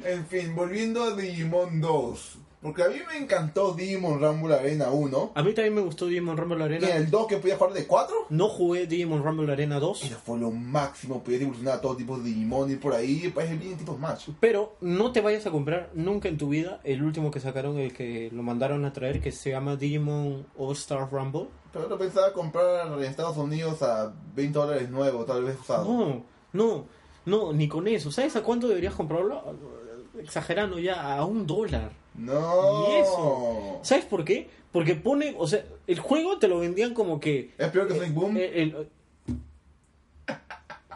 A: En fin, volviendo a Digimon 2. Porque a mí me encantó Digimon Rumble Arena 1.
B: A mí también me gustó Digimon Rumble
A: Y
B: Arena.
A: el 2 que podía jugar de 4.
B: No jugué Digimon Rumble Arena 2,
A: Eso fue lo máximo. Podías evolucionar a todo tipo de Digimon y por ahí. Parece bien tipo Smash.
B: pero no te vayas a comprar nunca en tu vida el último que sacaron, el que lo mandaron a traer, que se llama Digimon All Star Rumble.
A: Pero no pensaba comprar en Estados Unidos a 20 dólares nuevo, tal vez usado.
B: No, no, no, ni con eso. ¿Sabes a cuánto deberías comprarlo? Exagerando ya, a un dólar.
A: No.
B: ¿Y eso? ¿Sabes por qué? Porque pone, o sea, el juego te lo vendían como que...
A: ¿Es peor que Sonic Boom?
B: eh, el-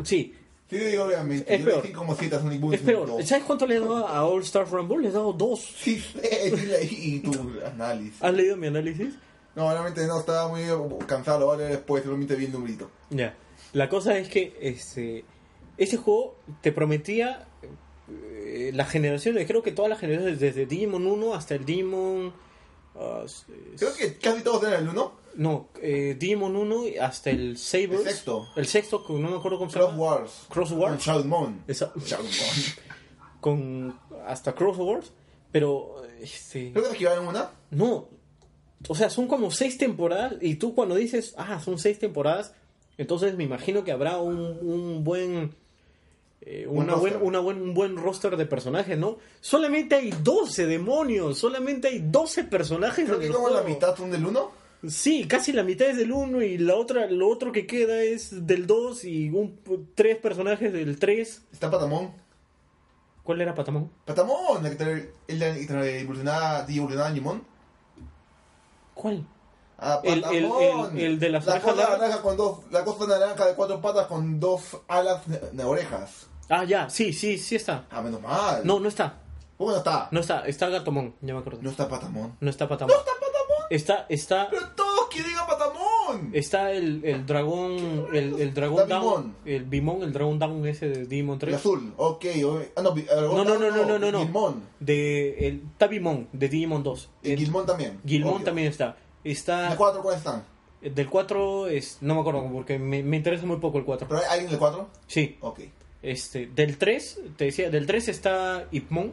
B: sí,
A: sí, te digo obviamente.
B: es
A: Yo
B: peor.
A: le di como 7 a Sonic Boom. y
B: es
A: Sonic
B: peor.
A: 2.
B: ¿Sabes cuánto le daba a All Star Rumble? Le daba dos.
A: Sí, sé, sí leí tu análisis.
B: ¿Has leído mi análisis?
A: No, realmente no, estaba muy cansado, lo voy a leer después, solamente vi el numerito.
B: Ya. La cosa es que este, ese juego te prometía eh, las generaciones, creo que todas las generaciones, desde Digimon 1 hasta el Digimon... ah, s-
A: Creo que casi todos eran el 1.
B: no, eh, Digimon 1 y hasta el Saber.
A: El sexto.
B: El sexto, que no me acuerdo cómo se
A: Cross
B: llama.
A: Wars.
B: Cross
A: Con
B: Wars.
A: Shoutmon.
B: Esa-
A: Shoutmon.
B: con hasta Crosswords, pero este
A: Creo que te esquivaron una.
B: no, o sea, son como seis temporadas y tú cuando dices, ah, son seis temporadas, entonces me imagino que habrá un, un buen eh,
A: Un
B: una buen,
A: roster.
B: una buen, un buen roster de personajes, ¿no? Solamente hay 12 demonios, solamente hay 12 personajes
A: Creo
B: en
A: que
B: el
A: como la
B: juego.
A: mitad son del 1.
B: Sí, casi la mitad es del 1 y la otra lo otro que queda es del 2 y un tres personajes del 3.
A: Está Patamón.
B: ¿Cuál era Patamón?
A: Patamón, el que te- el que te evolucionaba, te evolucionaba a Digimon.
B: ¿Cuál?
A: Ah,
B: El- el-
A: Patamón.
B: el- el de las
A: la
B: orejas
A: cosa
B: largas.
A: naranja con dos, la cosa naranja de cuatro patas con dos alas de, de orejas.
B: Ah, ya, sí, sí, sí está.
A: Ah, menos mal.
B: No, no está.
A: ¿Cómo no está?
B: No está, está Gatomón, ya me acuerdo.
A: No
B: No,
A: está Patamón.
B: está Patamón.
A: ¡No está Patamón!
B: Está, está,
A: ¡Pero todos quieren a Patamón! Digimon.
B: Está el, el dragón, el, el dragón
A: Está
B: down,
A: Bimón.
B: el Bimón, el dragón down ese de Demon
A: El
B: 3.
A: azul, ok. o- Ah, no,
B: No, no, no, no, no, no, no.
A: Gilmón.
B: De, el, está Bimón, de Digimon 2.
A: Y
B: El-
A: Gilmón también.
B: Gilmón
A: obvio.
B: también está. Está
A: ¿De cuatro cuáles están?
B: del 4, es, no me acuerdo porque me, me interesa muy poco el 4.
A: ¿Pero hay alguien de cuatro?
B: Sí,
A: Ok.
B: este, del 3, te decía, del 3 está Ipmon,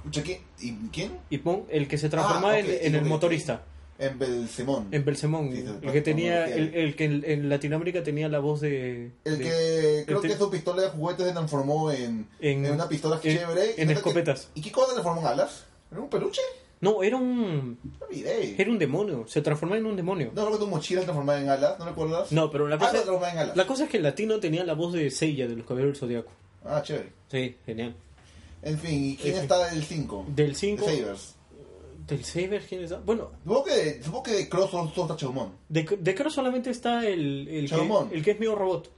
A: Escucha, ¿quién? ¿Y quién?
B: Ipmon el que se transformaba
A: Ah, ok,
B: en-
A: sí,
B: en,
A: lo
B: el
A: vi.
B: motorista,
A: En Belsemón.
B: en Belsemón,
A: Sí, sí,
B: el que tenía,
A: sí.
B: el, el que en, en Latinoamérica tenía la voz de...
A: El
B: de-
A: que creo
B: el te-
A: que su pistola de juguete se transformó en,
B: En-
A: en una pistola
B: en-
A: chévere.
B: en
A: ¿Y
B: escopetas.
A: ¿Y qué cosa le formó en alas? ¿Era un peluche?
B: No, era un,
A: No olvidé.
B: era un demonio, se transformaba en un demonio.
A: No creo que tu mochila se transformaba en alas, ¿no recuerdas?
B: No, pero la
A: Ah,
B: cosa,
A: se transformaba en alas.
B: la cosa es que el latino tenía la voz de Seiya de los Caballeros del Zodiaco.
A: Ah, chévere.
B: Sí, genial.
A: En fin, ¿y quién
B: Sí, sí.
A: está del 5?
B: Del 5,
A: Sabers.
B: del Saber, ¿quién está? Bueno,
A: Supongo que, supongo que de Cross solo solo está Chaumon.
B: de, de Cross solamente está el, el,
A: Chabón.
B: que, el que es medio robot.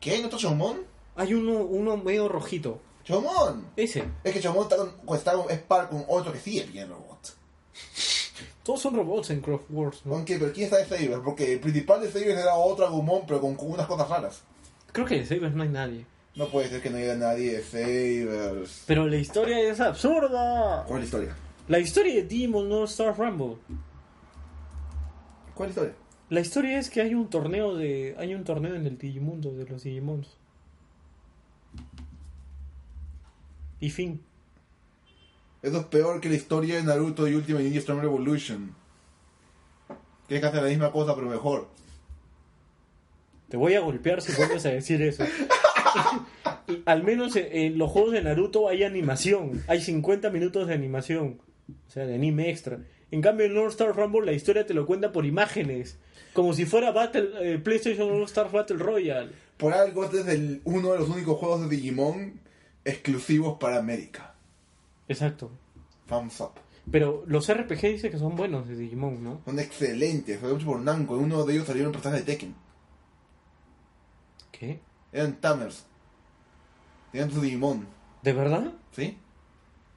A: ¿Qué? ¿No está Chaumon?
B: Hay uno, uno medio rojito.
A: ¡Chaumon!
B: Ese.
A: Es que Chaumon está con, está con, es par con otro que sí es bien robot.
B: Todos son robots en Cross Wars, ¿no?
A: Aunque, pero ¿quién está de Sabers? Porque el principal de Sabers era otro Agumon, pero con, con unas cosas raras.
B: Creo que de Saber no hay nadie.
A: No puede ser que no haya nadie de Sabers.
B: Pero la historia es absurda.
A: ¿Cuál historia?
B: La historia de Demon No Star Rumble.
A: ¿Cuál historia?
B: La historia es que hay un torneo de. hay un torneo en el Digimundo de los Digimons. Y fin.
A: Eso es peor que la historia de Naruto y Ultimate Ninja Storm Revolution. Que es que hace la misma cosa, pero mejor.
B: Te voy a golpear si vuelves a decir eso. Al menos en, en los juegos de Naruto hay animación. Hay 50 minutos de animación. O sea, de anime extra. En cambio, en All Star Rumble la historia te lo cuenta por imágenes. Como si fuera Battle, eh, PlayStation All Star Battle Royale.
A: Por algo, este es el- uno de los únicos juegos de Digimon exclusivos para América.
B: Exacto.
A: Thumbs up.
B: Pero los RPG dice que son buenos de Digimon, ¿no?
A: Son excelentes, son hechos por Namco. En uno de ellos salieron personajes de Tekken.
B: ¿Qué?
A: Eran Tamers. Tenían su Digimon,
B: ¿De verdad?
A: ¿sí?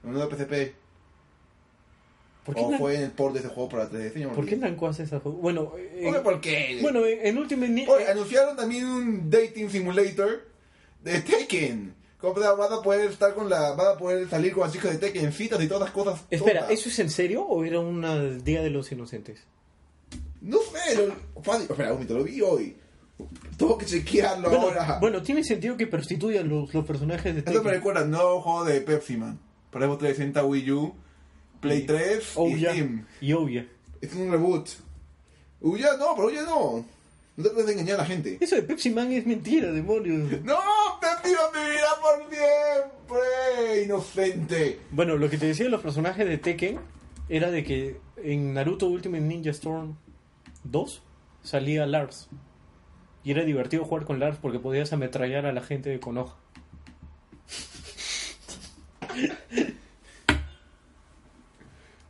A: En uno de PCP.
B: ¿Por qué,
A: O
B: Nan-
A: Oh, fue en el port de ese juego para 3DS. yo me
B: ¿por qué
A: olvidé.
B: Namco hace esa juego? Bueno, eh,
A: Oye, ¿Por qué?
B: bueno, eh, en Ultimate Ni-
A: Oye,
B: eh,
A: anunciaron también un dating simulator de Tekken. Como te- vas a poder estar con la, vas a poder salir con las chicas de Tekken, citas y todas las cosas. tontas.
B: Espera, ¿eso es en serio o era un Día de los Inocentes?
A: No sé, lo- padre- espera, un momento, lo vi hoy. Tengo que chequearlo
B: Bueno,
A: ahora.
B: bueno, tiene sentido que prostituyan los, los personajes de
A: Esto me
B: Tekken.
A: recuerda al nuevo juego de Pepsi Man. Para Xbox 360, Wii U, Play 3 y
B: Ouya
A: Steam.
B: y Ouya.
A: Es un reboot. Uya no, pero Uya no. No te puedes engañar a la gente.
B: Eso de Pepsi Man es mentira, demonios.
A: ¡No! ¡Pepsi Man vivirá por siempre! ¡Inocente!
B: Bueno, lo que te decía de los personajes de Tekken era de que en Naruto Ultimate Ninja Storm 2 salía Lars. Y era divertido jugar con Lars porque podías ametrallar a la gente de Konoha.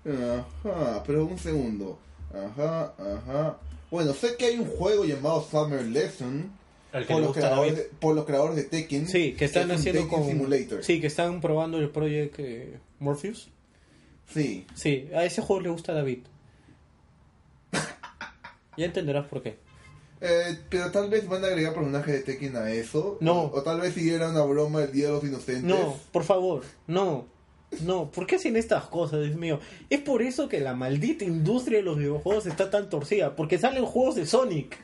A: Ajá, pero un segundo. Ajá, ajá. Bueno, sé que hay un juego llamado Summer Lesson
B: Al que
A: por
B: le
A: los,
B: gusta la
A: creadores,
B: vez.
A: de- por los creadores de Tekken.
B: Sí, que están
A: es un
B: haciendo
A: Tekken
B: con...
A: Simulator.
B: Sí, que están probando el Project eh, Morpheus.
A: Sí.
B: Sí, a ese juego le gusta a David. Ya entenderás por qué.
A: Eh, pero tal vez van a agregar personajes de Tekken a eso.
B: No.
A: O, o tal vez si era una broma el Día de los Inocentes.
B: No, por favor, no. No, ¿por qué hacen estas cosas, Dios mío? Es por eso que la maldita industria de los videojuegos está tan torcida, porque salen juegos de Sonic.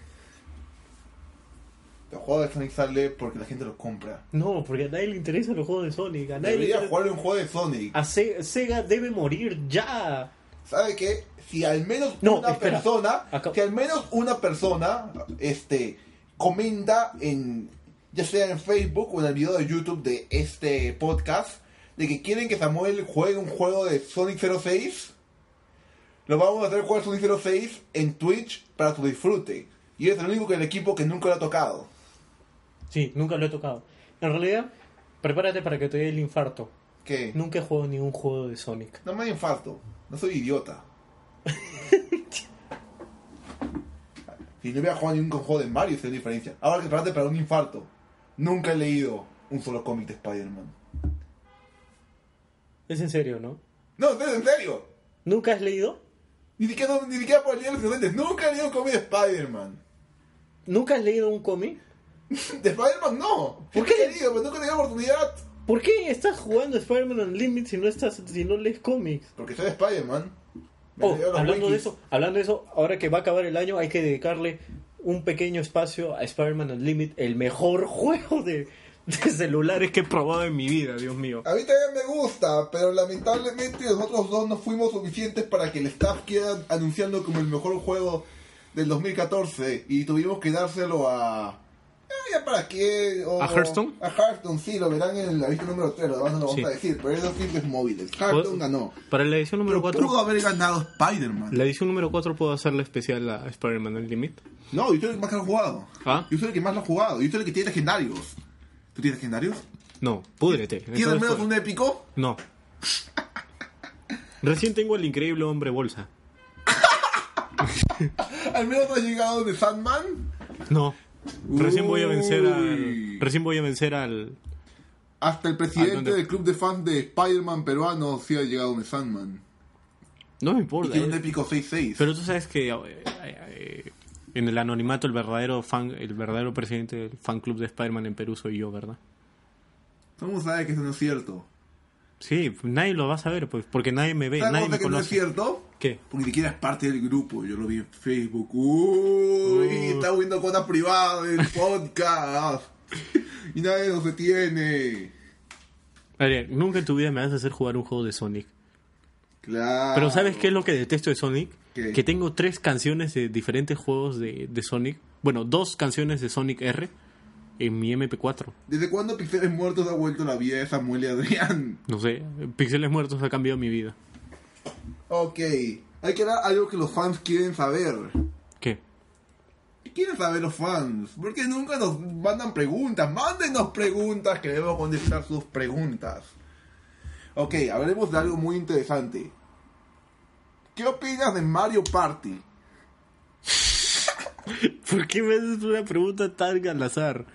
A: El juego de Sonic sale porque la gente lo compra.
B: No, porque a nadie le interesan los juegos de Sonic. A nadie le Ah.
A: Debería
B: interesa-
A: jugarle un juego de Sonic.
B: A Se- Sega debe morir ya.
A: ¿Sabe qué? Si al menos
B: No,
A: una
B: espera.
A: persona,
B: Acab-
A: si al menos una persona, este, comenta en, ya sea en Facebook o en el video de YouTube de este podcast, de que quieren que Samuel juegue un juego de Sonic 06, lo vamos a hacer jugar Sonic 06 en Twitch para su disfrute. Y es el único que el equipo que nunca lo ha tocado.
B: Sí, nunca lo he tocado. En realidad, prepárate para que te dé el infarto.
A: Que no,
B: Nunca he jugado ningún juego de Sonic.
A: me da infarto, no soy idiota. Si no hubiera jugado ningún juego de Mario, sería diferencia. Ahora que trate para un infarto. Nunca he leído un solo cómic de Spider-Man.
B: Es en serio, ¿no?
A: No, en serio, en serio.
B: ¿Nunca has leído?
A: Ni siquiera, ni siquiera por el Día de los Inocentes. Nunca he leído un cómic de Spider-Man.
C: ¿Nunca has leído un cómic?
A: De Spider-Man no.
C: ¿Por
A: Siempre
C: qué?
A: he querido, pero nunca he tenido oportunidad.
C: ¿Por qué estás jugando Spider-Man Unlimited si no, estás, si no lees cómics?
A: Porque soy Spider-Man. Me
C: Oh,
A: leo los
C: hablando de
A: wikis.
C: eso, hablando de eso, ahora que va a acabar el año hay que dedicarle un pequeño espacio a Spider-Man Unlimited, el mejor juego de, de celulares que he probado en mi vida, Dios mío.
A: A mí también me gusta, pero lamentablemente nosotros dos no fuimos suficientes para que el staff quede anunciando como el mejor juego del 2014 y tuvimos que dárselo a... eh, ¿Ya para qué? O-
B: ¿A Hearthstone?
A: A Hearthstone, sí, lo verán en la vista número 3, lo vamos, lo vamos
C: Sí.
A: a decir, pero es los simples móviles. Hearthstone Ah, ganó.
C: Para la edición número
A: Pero
C: 4,
A: pudo haber ganado Spider-man.
B: La edición número 4 puedo hacerle especial a Spider-Man Unlimited.
A: No, yo soy el que más lo ha jugado.
B: ¿Ah?
A: Yo soy el que más lo ha jugado. Yo soy el que tiene legendarios. ¿Tú tienes legendarios?
B: No, púdrete.
A: ¿Tienes al
B: Entonces,
A: menos
B: pues,
A: un épico?
B: No. Recién tengo el increíble hombre bolsa.
A: ¿Al menos has llegado de Sandman?
B: No. Recién voy a vencer
A: Uy.
B: al. Recién voy a vencer al.
A: Hasta el
B: Ah,
A: presidente
B: ¿dónde?
A: del club de fans de Spider-Man peruano sí ha llegado un Sandman.
B: No me
A: Y
B: importa.
A: tiene un
B: eh.
A: épico 6-6.
B: Pero tú sabes que eh, eh, en el anonimato el verdadero fan, el verdadero presidente del fan club de Spider-Man en Perú soy yo, ¿verdad?
A: ¿Cómo sabes que eso no es cierto?
B: Sí, nadie lo va a saber, pues, porque nadie me ve,
A: ¿Sabes
B: nadie
A: cómo sé
B: me
A: que no es
B: conoce.
A: cierto?
B: ¿Qué?
A: Porque ni siquiera es parte del grupo. Yo lo vi en Facebook. Uy,
B: Uh.
A: está viendo cuentas privadas del podcast. y nadie nos detiene.
B: Ariel, nunca en tu vida me vas a hacer jugar un juego de Sonic.
A: Claro.
B: Pero ¿sabes qué es lo que detesto de Sonic?
A: Ah, ¿Qué?
B: Que tengo tres canciones de diferentes juegos de, de Sonic. Bueno, dos canciones de Sonic R en mi MP4.
A: ¿Desde cuándo Pixeles Muertos ha vuelto la vida de Samuel y Adrián?
B: No sé, Pixeles Muertos ha cambiado mi vida.
A: Ok. Hay que dar algo que los fans quieren saber.
B: ¿Qué?
A: ¿Qué quieren saber los fans? ¿Por qué nunca nos mandan preguntas? Mándenos preguntas, queremos contestar sus preguntas. Ok, hablaremos de algo muy interesante. ¿Qué opinas de Mario Party?
B: ¿Por qué me haces una pregunta tan al azar?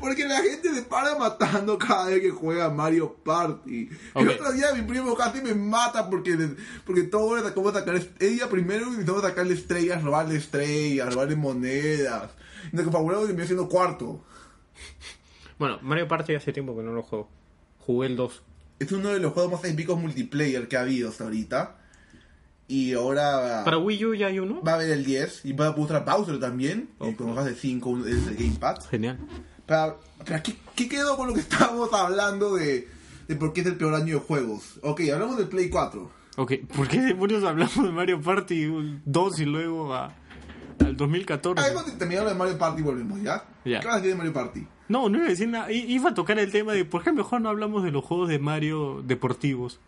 A: Porque la gente se para matando cada vez que juega Mario Party. El
B: Ok.
A: otro día mi primo casi me mata porque, porque todo era como sacar... est- Ella primero intentó sacarle estrellas, robarle estrellas, robarle monedas. Y nos confabulamos y me haciendo cuarto.
B: Bueno, Mario Party hace tiempo que no lo juego. Jugué el 2.
A: Es uno de los juegos más épicos multiplayer que ha habido hasta ahorita. Y ahora
B: ¿Para Wii U ya hay uno?
A: Ah. va a haber el 10 y va a mostrar Bowser también. y con más de 5 es el Gamepad.
B: Genial.
A: Pero, pero ¿qué, qué quedó con lo que estábamos hablando de, de por qué es el peor año de juegos? Ok, hablamos del Play 4.
B: Ok, ¿por qué demonios hablamos de Mario Party 2 y luego a- al 2014?
A: Ahí cuando terminamos de Mario Party volvemos, ¿ya?
B: Ya.
A: ¿Qué vas a decir de Mario Party?
B: No, no iba a decir nada. I- Iba a tocar el tema de por qué mejor no hablamos de los juegos de Mario deportivos.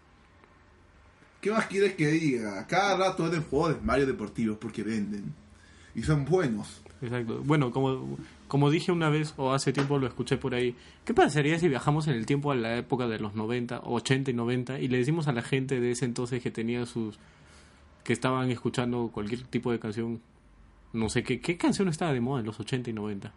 A: ¿Qué más quieres que diga? Cada rato es de juegos de Mario deportivos porque venden. Y son buenos.
B: Exacto. Bueno, como, como dije una vez o hace tiempo lo escuché por ahí, ¿qué pasaría si viajamos en el tiempo a la época de los 90, 80 y 90 y le decimos a la gente de ese entonces que tenía sus... que estaban escuchando cualquier tipo de canción? No sé, ¿qué, qué canción estaba de moda en los 80 y 90?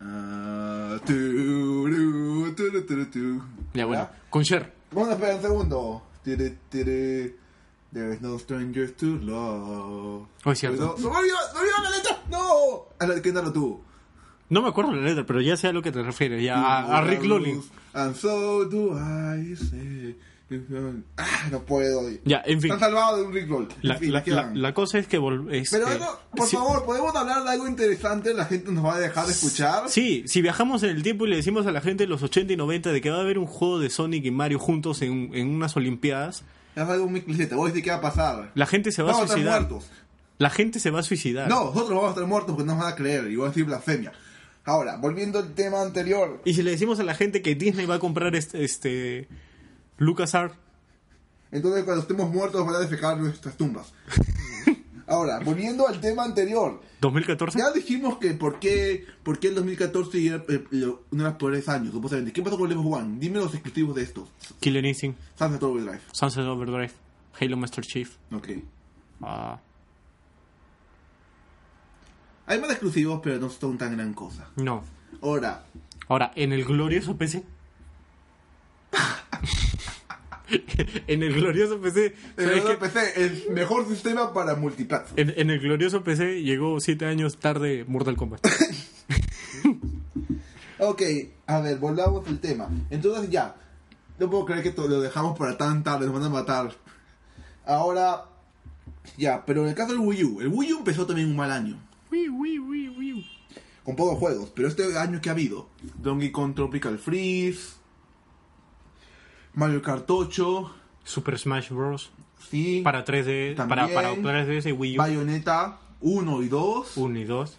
A: Ah, turu, turu, turu, turu.
B: Ya, bueno, con Cher.
A: Vamos a esperar un segundo. Tiri, tiri. There's no strangers to love.
B: Oh, es cierto.
A: No, no me olvidó, no me olvidó la letra. No. A la que no tú.
B: No me acuerdo la letra, pero ya sé a lo que te refieres, ya a, a Ah, Rick Lolling.
A: And so do I say. Ah, no puedo.
B: Ya, en fin.
A: Están salvados de un Rick Roll.
B: La,
A: En fin,
B: la-
A: ¿qué
B: la-
A: van?
B: la cosa es que... vol- es,
A: Pero
B: eh,
A: bueno, por
B: si-
A: favor, ¿podemos hablar de algo interesante? La gente nos va a dejar de escuchar.
B: Sí, si viajamos en el tiempo y le decimos a la gente en los 80 y 90 de que va a haber un juego de Sonic y Mario juntos en, en unas Olimpiadas,
A: Es algo muy cliché. Te voy a decir qué va a pasar.
B: la gente se va
A: Vamos
B: a
A: a estar
B: suicidar.
A: muertos.
B: La gente se va a suicidar.
A: No, nosotros vamos a estar muertos porque no nos van a creer y voy a decir blasfemia. Ahora, volviendo al tema anterior.
B: Y si le decimos a la gente que Disney va a comprar este, este LucasArts,
A: Entonces, cuando estemos muertos, van a defecar nuestras tumbas. Ahora, volviendo al tema anterior.
B: 2014.
A: Ya dijimos que por qué, por qué el 2014 era eh, lo- uno de los peores años, supuestamente. ¿Qué pasó con el Xbox One? Dime los exclusivos de estos.
B: Killer Instinct,
A: Sunset Overdrive.
B: Sunset Overdrive, Halo Master Chief.
A: Ok.
B: ah,
A: Hay más exclusivos, pero no son tan gran cosa.
B: no.
A: Ahora,
B: Ahora, en el glorioso PC. en el glorioso PC.
A: El
B: ¿sabes qué?
A: verdadero PC, el mejor sistema para multiplataforma.
B: En, en el glorioso PC llegó 7 años tarde Mortal Kombat.
A: Ok, a ver, volvamos al tema. Entonces ya, no puedo creer que to- lo dejamos para tan tarde, nos van a matar. Ahora, ya, pero en el caso del Wii U, el Wii U empezó también un mal año,
B: Uy, uy, uy, uy.
A: con pocos juegos, pero este año que ha habido, Donkey Kong Tropical Freeze, Mario Kart 8,
B: Super Smash Bros.
A: sí,
B: Para 3D, para,
A: También.
B: para 3DS y Wii U
A: Bayonetta 1 y 2,
B: 1 y 2.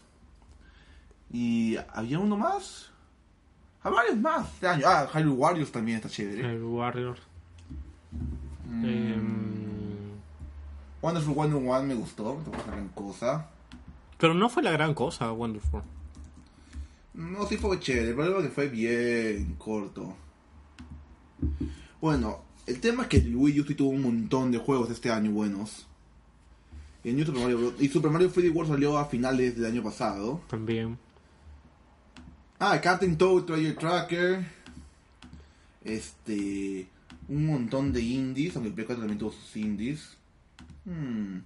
A: y había uno más. Hay varios más este año. Ah, Hyrule Warriors también está chévere.
B: El Warrior.
A: Mm.
B: Em,
A: Wonderful 101 me gustó, no fue una gran cosa.
B: pero no fue la gran cosa, Wonderful.
A: No, sí fue chévere, el problema es que fue bien corto. Bueno, el tema es que el Wii U sí tuvo un montón de juegos este año buenos. El New Super Mario Bros. Y Super Mario 3D World salió a finales del año pasado.
B: También.
A: Ah, Captain Toad, Treasure Tracker. Este. Un montón de indies, aunque el Play 4 también tuvo sus indies. Hmm.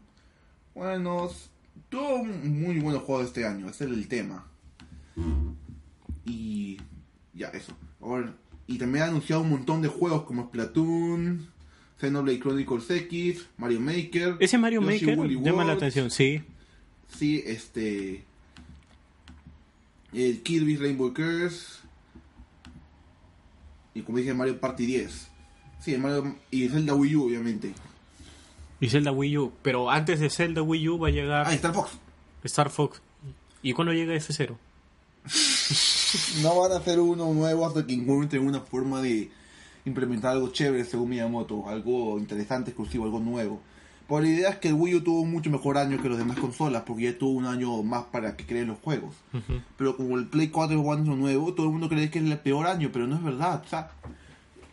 A: Buenos. Tuvo un muy buenos juegos este año, ese era el tema. Y. Ya, eso. Ahora- y también ha anunciado un montón de juegos como Splatoon, Xenoblade Chronicles X, Mario Maker.
B: Ese Mario
A: Yoshi
B: Maker
A: Woolly
B: llama la
A: World.
B: atención, sí.
A: Sí, este. El Kirby Rainbow Curse. Y como dije, Mario Party 10. Sí, el Mario. Y Zelda Wii U, obviamente.
B: Y Zelda Wii U. Pero antes de Zelda Wii U va a llegar
A: Ah, y Star Fox.
B: Star Fox. ¿Y cuándo llega F0?
A: No van a hacer uno nuevo hasta que encuentren una forma de implementar algo chévere, según Miyamoto. Algo interesante, exclusivo, algo nuevo. Pero la idea es que el Wii U tuvo un mucho mejor año que las demás consolas, porque ya tuvo un año más para que creen los juegos. Pero como el Play 4 es un año nuevo, todo el mundo cree que es el peor año, pero no es verdad. O sea,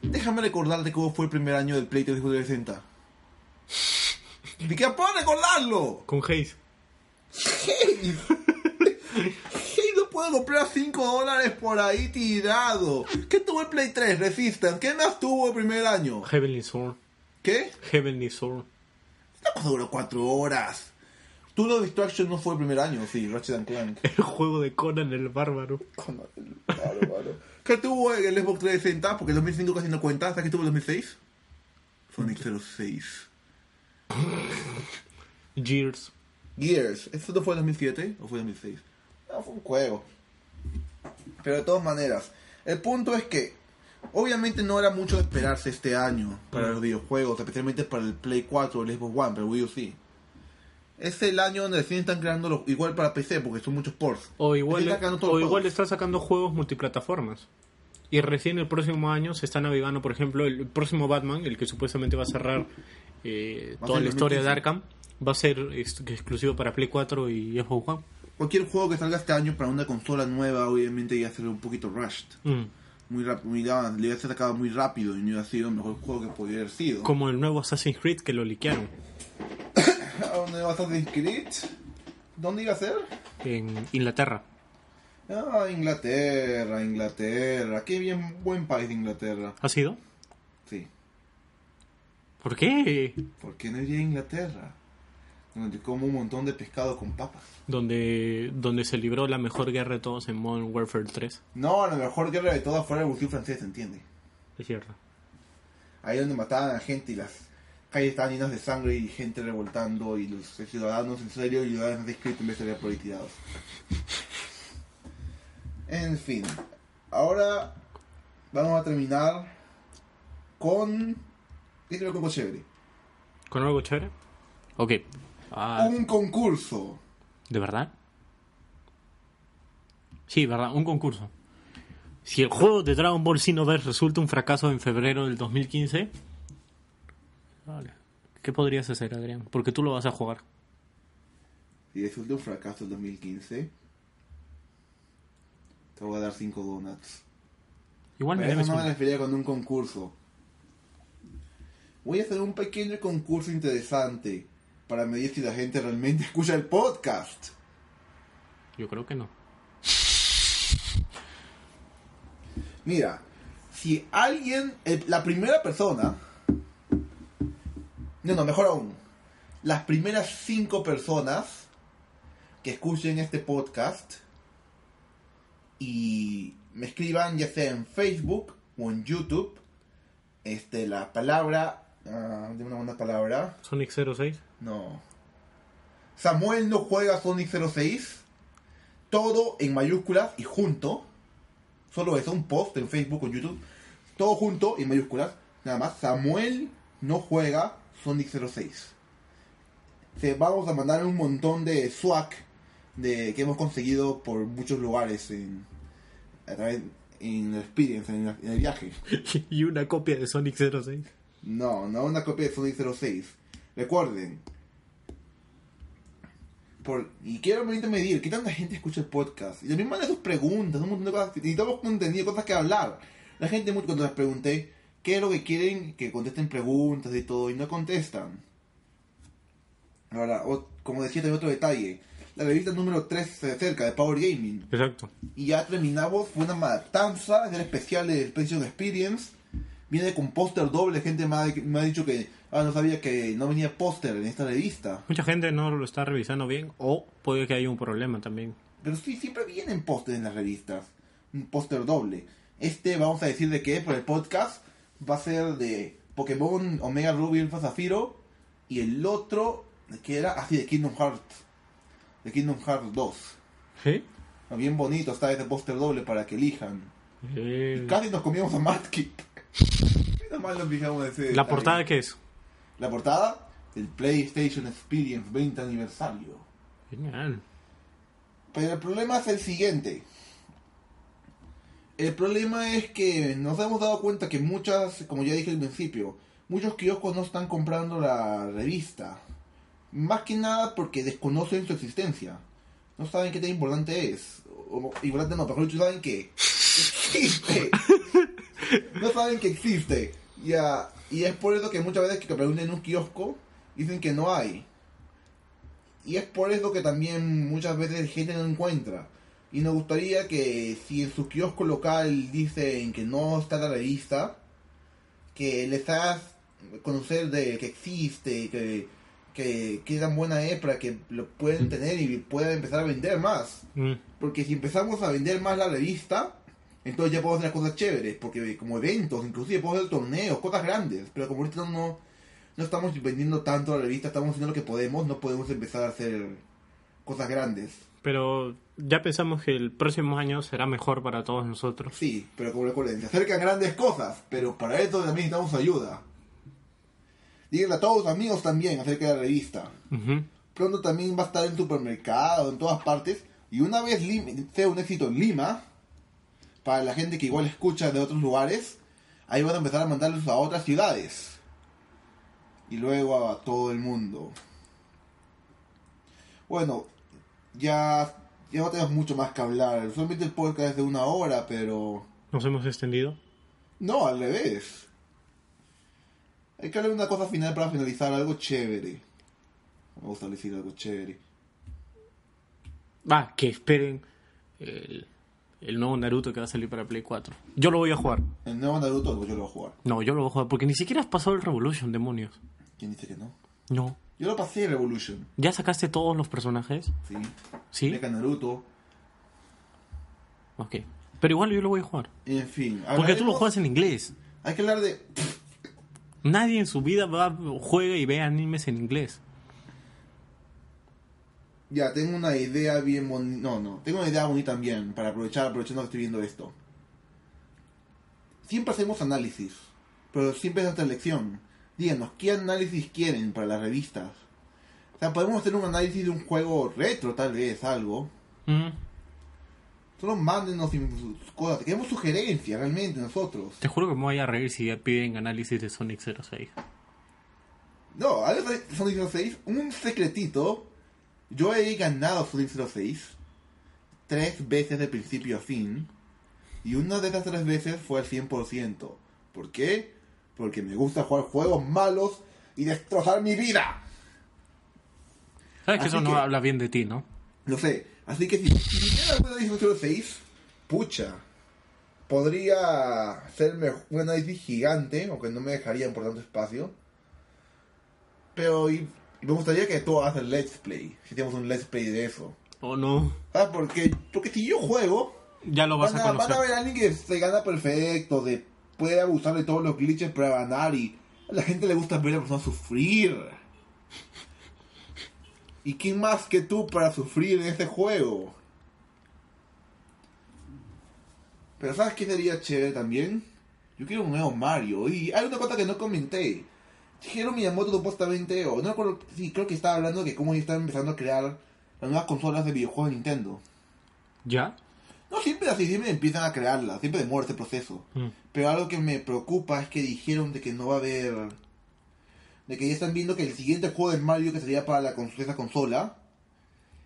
A: déjame recordarte cómo fue el primer año del Play 360. ¿De qué puedo recordarlo?
B: Con Haze.
A: Sí, lo puedo comprar a 5 dólares por ahí tirado. ¿Qué tuvo el Play 3? Resistance. ¿Qué más tuvo el primer año?
B: Heavenly Sword.
A: ¿Qué?
B: Heavenly Sword.
A: Esta cosa duró 4 horas. Tulo Distraction no fue el primer año, sí, Ratchet and Clank.
B: El juego de Conan el bárbaro.
A: Con el bárbaro. ¿Qué tuvo el Xbox 360? Porque el 2005 casi no cuenta. ¿Sabes qué tuvo el 2006? Sonic 06.
B: Gears.
A: Gears. ¿Eso no fue el 2007 o fue el 2006? No, fue un juego. Pero de todas maneras, el punto es que obviamente no era mucho de esperarse este año para los videojuegos, especialmente para el Play 4 o el Xbox One, pero el Wii U sí. Es el año donde recién están creando los, igual para PC, porque son muchos ports.
B: O
A: Recién
B: igual,
A: están creando todos
B: o
A: los
B: igual
A: juegos.
B: está sacando juegos multiplataformas. Y recién el próximo año se están avivando, por ejemplo, el próximo Batman, el que supuestamente va a cerrar eh,
A: Va a
B: toda
A: ser
B: la historia de
A: 2015.
B: Arkham, va a ser ex- exclusivo para Play 4 y Xbox One.
A: Cualquier juego que salga este año para una consola nueva, obviamente ya será un poquito rushed.
B: Mm.
A: Muy rápido, muy down, le iba a ser sacado muy rápido y no iba a ser el mejor juego que podría haber sido.
B: Como el nuevo Assassin's Creed que lo liquearon
A: ¿A dónde vas a inscribir? ¿Dónde iba a ser?
B: en Inglaterra.
A: Ah, Inglaterra, Inglaterra. Qué bien, buen país de Inglaterra.
B: ¿Ha sido?
A: Sí.
B: ¿Por qué?
A: ¿Por qué no iría a Inglaterra? Donde yo como un montón de pescado con papas.
B: Donde, donde se libró la mejor guerra de todos en Modern Warfare 3.
A: No, la mejor guerra de todas fue la Revolución Francesa, ¿entiendes?
B: Es cierto.
A: Ahí donde mataban a gente y las calles estaban llenas de sangre y gente revoltando y los ciudadanos en serio y ciudadanos descritos en vez de ser politizados. En fin, ahora vamos a terminar con... ¿Qué creo que fue chévere?
B: ¿Con algo chévere? Ok. Ah,
A: Un concurso.
B: ¿De verdad? Sí, ¿verdad? Un concurso. Si el juego de Dragon Ball Xenoverse resulta un fracaso en febrero del 2015, vale. ¿qué podrías hacer, Adrián? Porque tú lo vas a jugar.
A: Si resulta un fracaso el 2015, te voy a dar 5 donuts.
B: Igual me
A: Pero
B: debes
A: eso no me
B: un-
A: refería con un concurso. Voy a hacer un pequeño concurso interesante para medir si la gente realmente escucha el podcast.
B: Yo creo que no.
A: Mira, si alguien, el- la primera eh, persona No, no, mejor aún. Las primeras cinco personas que escuchen este podcast y me escriban ya sea en Facebook o en YouTube este la palabra ah, de una buena palabra
D: Sonic 06.
A: no Samuel no juega Sonic 06 todo en mayúsculas y junto solo eso un post en Facebook o en YouTube todo junto en mayúsculas nada más Samuel no juega Sonic 06 se vamos a mandar un montón de swag de que hemos conseguido por muchos lugares en a través en el experience en el- en el viaje
D: y una copia de Sonic 06.
A: no, no una copia de Sonic 06. Recuerden. Por, y quiero venirte a medir, ¿qué tanta gente escucha el podcast? Y también mandan sus preguntas, un montón de cosas. Necesitamos contenido, cosas que hablar. La gente, mucho cuando les pregunté, ¿qué es lo que quieren que contesten preguntas y todo? Y no contestan. Ahora, ot- como decía, también otro detalle. La revista número 3 se acerca, de Power Gaming.
D: Exacto.
A: Y ya terminamos, fue una matanza, es el especial de PlayStation Experience. Viene con póster doble, gente me ha, me ha dicho que ah, no sabía que no venía póster en esta revista.
D: Mucha gente no lo está revisando bien o puede que haya un problema también.
A: Pero sí, siempre vienen póster en las revistas. Un póster doble. Este, vamos a decir de qué, por el podcast, va a ser de Pokémon Omega Ruby Alpha Zafiro. Y el otro, que era así, de Kingdom Hearts. De Kingdom Hearts 2.
D: ¿Sí?
A: Bien bonito está este póster doble para que elijan.
D: Eh,
A: Casi nos comíamos a Matkip. Nada más nos fijamos en ese
D: ¿La
A: detalle.
D: portada qué es?
A: La portada del PlayStation Experience 20 aniversario.
D: Genial.
A: Pero Pues el problema es el siguiente. El problema es que nos hemos dado cuenta que muchas, como ya dije al principio, muchos kioscos no están comprando la revista. Más que nada porque desconocen su existencia. No saben qué tan importante es. O, o- importante no, mejor dicho, saben que existe. no saben que existe. Ya, y es por eso que muchas veces que preguntan en un kiosco, dicen que no hay. Y es por eso que también muchas veces gente no encuentra. Y nos gustaría que si en su kiosco local dicen que no está la revista, que les hagas conocer de que existe, que, que, que tan buena es para que lo pueden tener y puedan empezar a vender más.
D: Mm.
A: Porque si empezamos a vender más la revista, entonces ya podemos hacer las cosas chéveres, porque como eventos, inclusive podemos hacer torneos, cosas grandes, pero como ahorita no, no estamos vendiendo tanto la revista, estamos haciendo lo que podemos, no podemos empezar a hacer cosas grandes.
D: Pero ya pensamos que el próximo año será mejor para todos nosotros.
A: Sí, pero como recuerden, se acercan grandes cosas, pero para eso también necesitamos ayuda. Díganle a todos los amigos también acerca de la revista.
D: Ujú.
A: Pronto también va a estar en supermercado, en todas partes. Y una vez Lim- sea un éxito en Lima, para la gente que igual escucha de otros lugares, ahí van a empezar a mandarlos a otras ciudades. Y luego a todo el mundo. Bueno, ya, ya no tenemos mucho más que hablar. Usualmente el podcast es de una hora, pero...
D: Nos hemos extendido.
A: No, al revés. Hay que hablar de una cosa final para finalizar, algo chévere. Vamos a decir algo chévere.
D: Va, que esperen el, el nuevo Naruto que va a salir para Play 4. Yo lo voy a jugar.
A: El nuevo Naruto pues yo lo voy a jugar.
D: No, yo lo voy a jugar porque ni siquiera has pasado el Revolution, demonios.
A: ¿Quién dice que no?
D: No.
A: Yo lo pasé Revolution.
D: ¿Ya sacaste todos los personajes?
A: Sí.
D: Sí.
A: Mecha Naruto.
D: Ok. Pero igual yo lo voy a jugar.
A: En fin.
D: Porque tú lo
A: hablaremos-
D: juegas en inglés.
A: Hay que hablar de.
D: Nadie en su vida va, juega y ve animes en inglés.
A: Ya, tengo una idea bien bonita. No, no. Tengo una idea bonita también. Para aprovechar, aprovechando que estoy viendo esto. Siempre hacemos análisis. Pero siempre es nuestra elección. Díganos, ¿qué análisis quieren para las revistas? O sea, podemos hacer un análisis de un juego retro, tal vez, algo.
D: Mm.
A: Solo mándenos sus cosas. Queremos sugerencias, realmente, nosotros.
D: Te juro que me voy a reír si ya piden análisis de Sonic 06.
A: No, algo de Sonic 06, un secretito. Yo he ganado Sonic 06 tres veces de principio a fin. Y una de esas tres veces fue al 100%. ¿Por qué? Porque me gusta jugar juegos malos y destrozar mi vida.
D: Sabes que
A: Así
D: eso no
A: que-
D: habla bien de ti, ¿no?
A: No sé, así que si hiciera un análisis 06, pucha, podría ser mej- un análisis gigante, aunque no me dejarían por tanto espacio. Pero y- y me gustaría que tú hagas el let's play, si tenemos un let's play de eso.
D: O no.
A: Ah, porque, porque si yo juego,
D: Ya lo vas
A: van a,
D: a
A: van a ver
D: conocer.
A: a alguien que se gana perfecto, de, puede abusar de todos los glitches para ganar y a la gente le gusta ver a la persona sufrir. ¿Y quién más que tú para sufrir en este juego? Pero ¿sabes qué sería chévere también? Yo quiero un nuevo Mario y hay una cosa que no comenté. Dijeron Miyamoto supuestamente, o no recuerdo, sí, creo que estaba hablando de cómo ya están empezando a crear las nuevas consolas de videojuegos de Nintendo.
D: ¿Ya?
A: No, siempre así, siempre empiezan a crearla, siempre demora este proceso.
D: Mm.
A: Pero algo que me preocupa es que dijeron de que no va a haber... De que ya están viendo que el siguiente juego de Mario que sería para la cons- esa consola,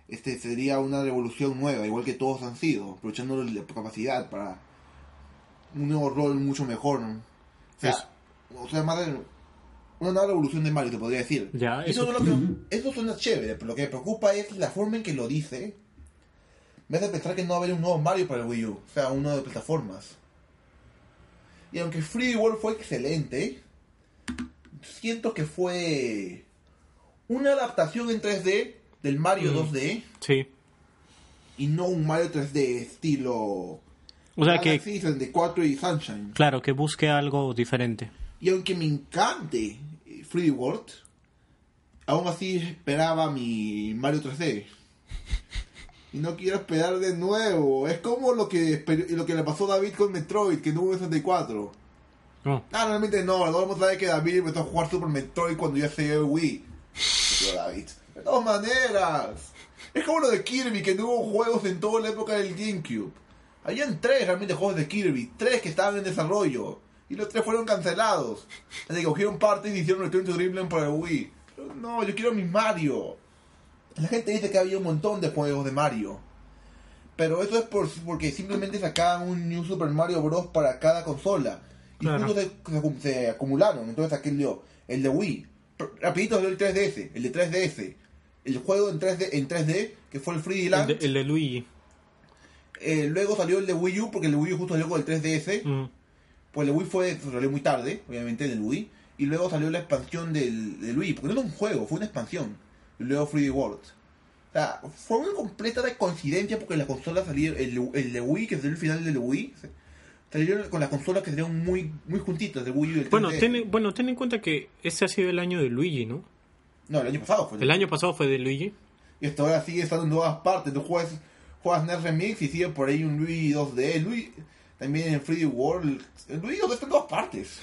A: este sería una revolución nueva, igual que todos han sido, aprovechando la capacidad para un nuevo rol mucho mejor. ¿no? O sea,
D: Es-
A: o sea, más de- una nueva revolución de Mario, te podría decir.
D: Ya,
A: Y
D: eso-
A: no, no, no, eso suena chévere, pero lo que me preocupa es la forma en que lo dice. Me hace pensar que no va a haber un nuevo Mario para el Wii U, o sea, uno de plataformas. Y aunque Free World fue excelente, siento que fue una adaptación en 3D del Mario
D: Mm.
A: 2D
D: Sí.
A: y no un Mario 3D estilo
D: O sea que,
A: Galaxy 64 y Sunshine.
D: claro, que busque algo diferente.
A: Y aunque me encante eh, 3D World, aún así esperaba mi Mario 3D. Y no quiero esperar de nuevo. Es como lo que, esper- lo que le pasó a David con Metroid, que no hubo 64.
D: No.
A: Ah, realmente no. Ahora vamos a ver que David empezó a jugar Super Metroid cuando ya se dio el Wii. Pero David. De todas maneras. Es como lo de Kirby, que no hubo juegos en toda la época del GameCube. Habían tres realmente juegos de Kirby. Tres que estaban en desarrollo. Y los tres fueron cancelados. Así que cogieron partes y hicieron Return to Dreamland para el Wii. Pero no, yo quiero mi Mario. La gente dice que había un montón de juegos de Mario. Pero eso es por, porque simplemente sacaban un New Super Mario Bros. para cada consola. Y
D: Claro.
A: juntos se, se acum- se acumularon. Entonces aquel dio el de Wii. Pr- Rapidito salió el 3DS. El de 3DS. El juego en 3D, en 3D que fue el Free
D: El
A: Land.
D: de, el de Luigi.
A: Eh, luego salió el de Wii U porque el de Wii U justo salió con el 3DS.
D: Mm.
A: Pues el de Wii fue, salió muy tarde, obviamente, del Wii. Y luego salió la expansión del, del Wii. Porque no era un juego, fue una expansión. Y luego 3D World. O sea, fue una completa de coincidencia porque las consolas salieron. El, el de Wii, que salió el final del Wii, se- salieron con las consolas que salieron muy, muy juntitas, del Wii U y del
D: Bueno,
A: 3DS.
D: ten, bueno, ten en cuenta que este ha sido el año de Luigi, ¿no?
A: No, el año pasado fue.
D: El año pasado fue de Luigi.
A: Y hasta ahora sigue estando en nuevas partes. Tú juegas, juegas NES Remix y sigue por ahí un Luigi 2D. Luigi, también en 3D World. El Luigi 2D está en todas partes.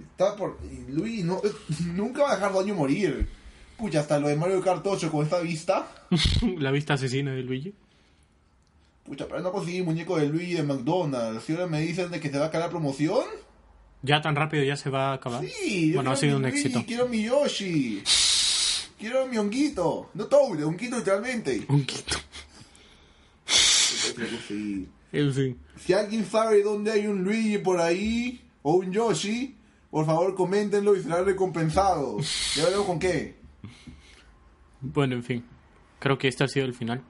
A: Está por. y Luigi no, nunca va a dejar daño morir. Pucha, hasta lo de Mario Kart 8 con esta vista.
D: La vista asesina de Luigi.
A: Pucha, pero no conseguí muñeco de Luigi de McDonald's. Si ahora me dicen de que se va a caer la promoción.
D: Ya tan rápido ya se va a acabar.
A: Sí, yo
D: bueno, ha sido
A: quiero mi
D: un
A: Luigi,
D: éxito.
A: Quiero mi Yoshi. Quiero mi honguito. No Toad, honguito literalmente.
D: Un quito.
A: Lo conseguí.
D: En fin.
A: Si alguien sabe dónde hay un Luigi por ahí o un Yoshi, por favor coméntenlo y serán recompensados. ¿Ya veremos con qué?
D: Bueno, en fin. Creo que este ha sido el final.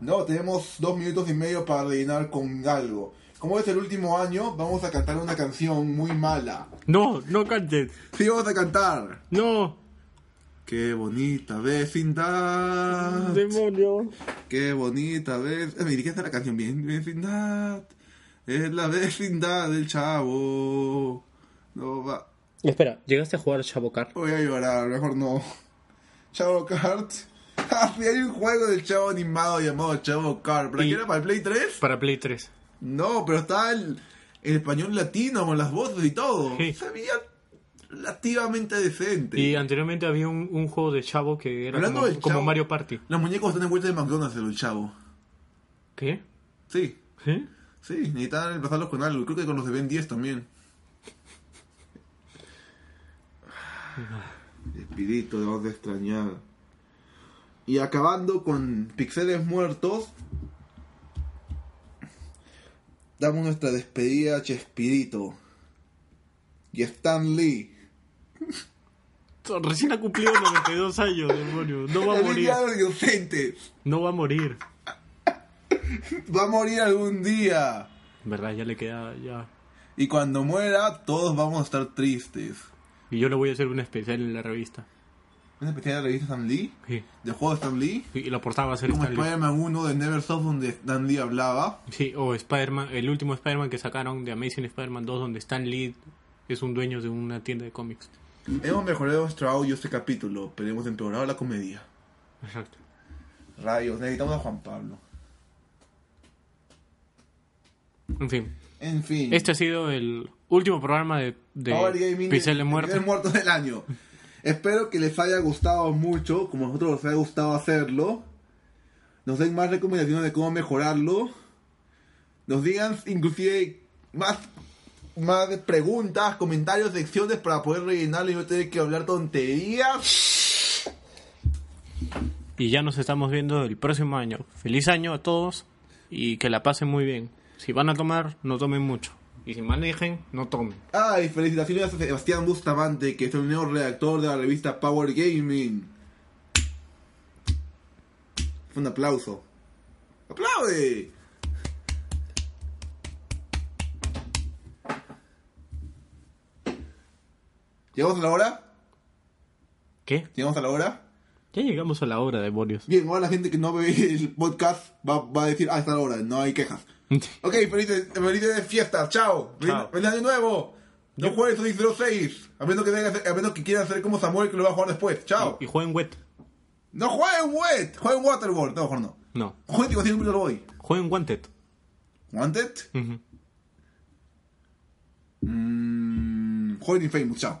A: No, tenemos dos minutos y medio para rellenar con algo. Como es el último año, vamos a cantar una canción muy mala.
D: No, no cantes.
A: Sí, vamos a cantar.
D: No.
A: Qué bonita vecindad.
D: Demonio.
A: Qué bonita vecindad. Me está la canción bien. Vecindad. Es la vecindad del chavo. No va.
B: Espera, ¿llegaste a jugar Chabocar?
A: Voy a llorar, mejor no. Chavo Kart. Ah, sí, hay un juego del chavo animado llamado Chavo Kart. ¿Pero
D: Y-
A: qué era para el Play 3?
D: Para Play 3.
A: No, pero está el, el español latino con las voces y todo.
D: Sí.
A: Se veía relativamente decente.
D: Y anteriormente había un, un juego de Chavo que era
A: Hablando
D: como,
A: del
D: como
A: Chavo.
D: Mario Party.
A: Los muñecos están envueltos de McDonald's, el chavo.
D: ¿Qué?
A: Sí,
D: ¿Eh?
A: sí, necesitan reemplazarlos con algo. Creo que con los de Ben 10 también. Espíritu, te vas a extrañar. Y acabando con Pixeles Muertos, damos nuestra despedida a Chespirito y Stan Lee.
D: Recién ha cumplido 92 años, demonio. No va a
A: La
D: morir.
A: línea de los inocentes.
D: No va a morir.
A: Va a morir algún día.
D: En verdad, ya le queda ya.
A: Y cuando muera, todos vamos a estar tristes.
B: Y yo le voy a hacer un especial en la revista.
A: Una especial de la revista Stan Lee,
B: Sí.
A: del juego de Stan Lee,
B: Y la portada va a ser
A: como
B: Stan Lee.
A: Spider-Man 1 de Neversoft donde Stan Lee hablaba.
B: Sí, o Spider-Man, el último Spider-Man que sacaron de Amazing Spider-Man 2, donde Stan Lee es un dueño de una tienda de cómics.
A: Hemos mejorado nuestro audio este capítulo, pero hemos empeorado la comedia.
B: Exacto.
A: Rayos, necesitamos a Juan Pablo.
B: En fin,
A: En fin.
B: este ha sido el último programa de, de
A: Power Gaming
B: Pixel de
A: el
B: Muerte.
A: primer muerto del año. Espero que les haya gustado mucho, como a nosotros nos haya gustado hacerlo. Nos den más recomendaciones de cómo mejorarlo. Nos digan inclusive más, más preguntas, comentarios, secciones para poder rellenarlo y no tener que hablar tonterías.
B: Y ya nos estamos viendo el próximo año. Feliz año a todos y que la pasen muy bien. Si van a tomar, no tomen mucho. Y si manejen, no tomen.
A: Ay, felicitaciones a Sebastián Bustamante, que es el nuevo redactor de la revista Power Gaming. Un aplauso. ¡Aplaude! ¿Llegamos a la hora?
B: ¿Qué?
A: ¿Llegamos a la hora?
B: Ya llegamos a la hora de Borios.
A: Bien, ahora la gente que no ve el podcast va, va a decir, ah, está la hora, no hay quejas. Ok, felices, felices fiestas, chao.
B: Chao.
A: Feliz, feliz año nuevo. No juegues Sonic 06. A menos, que tengas- a menos que quieras hacer como Samuel que lo va a jugar después. Chao.
B: Y jueguen wet.
A: No jueguen Wet. Jueguen Waterworld. No, mejor no.
B: No,
A: Jueguen Tico Tico Little Boy.
B: jueguen wanted.
A: Wanted.
B: Ujú.
A: Mm, jueguen Infamous. Chao.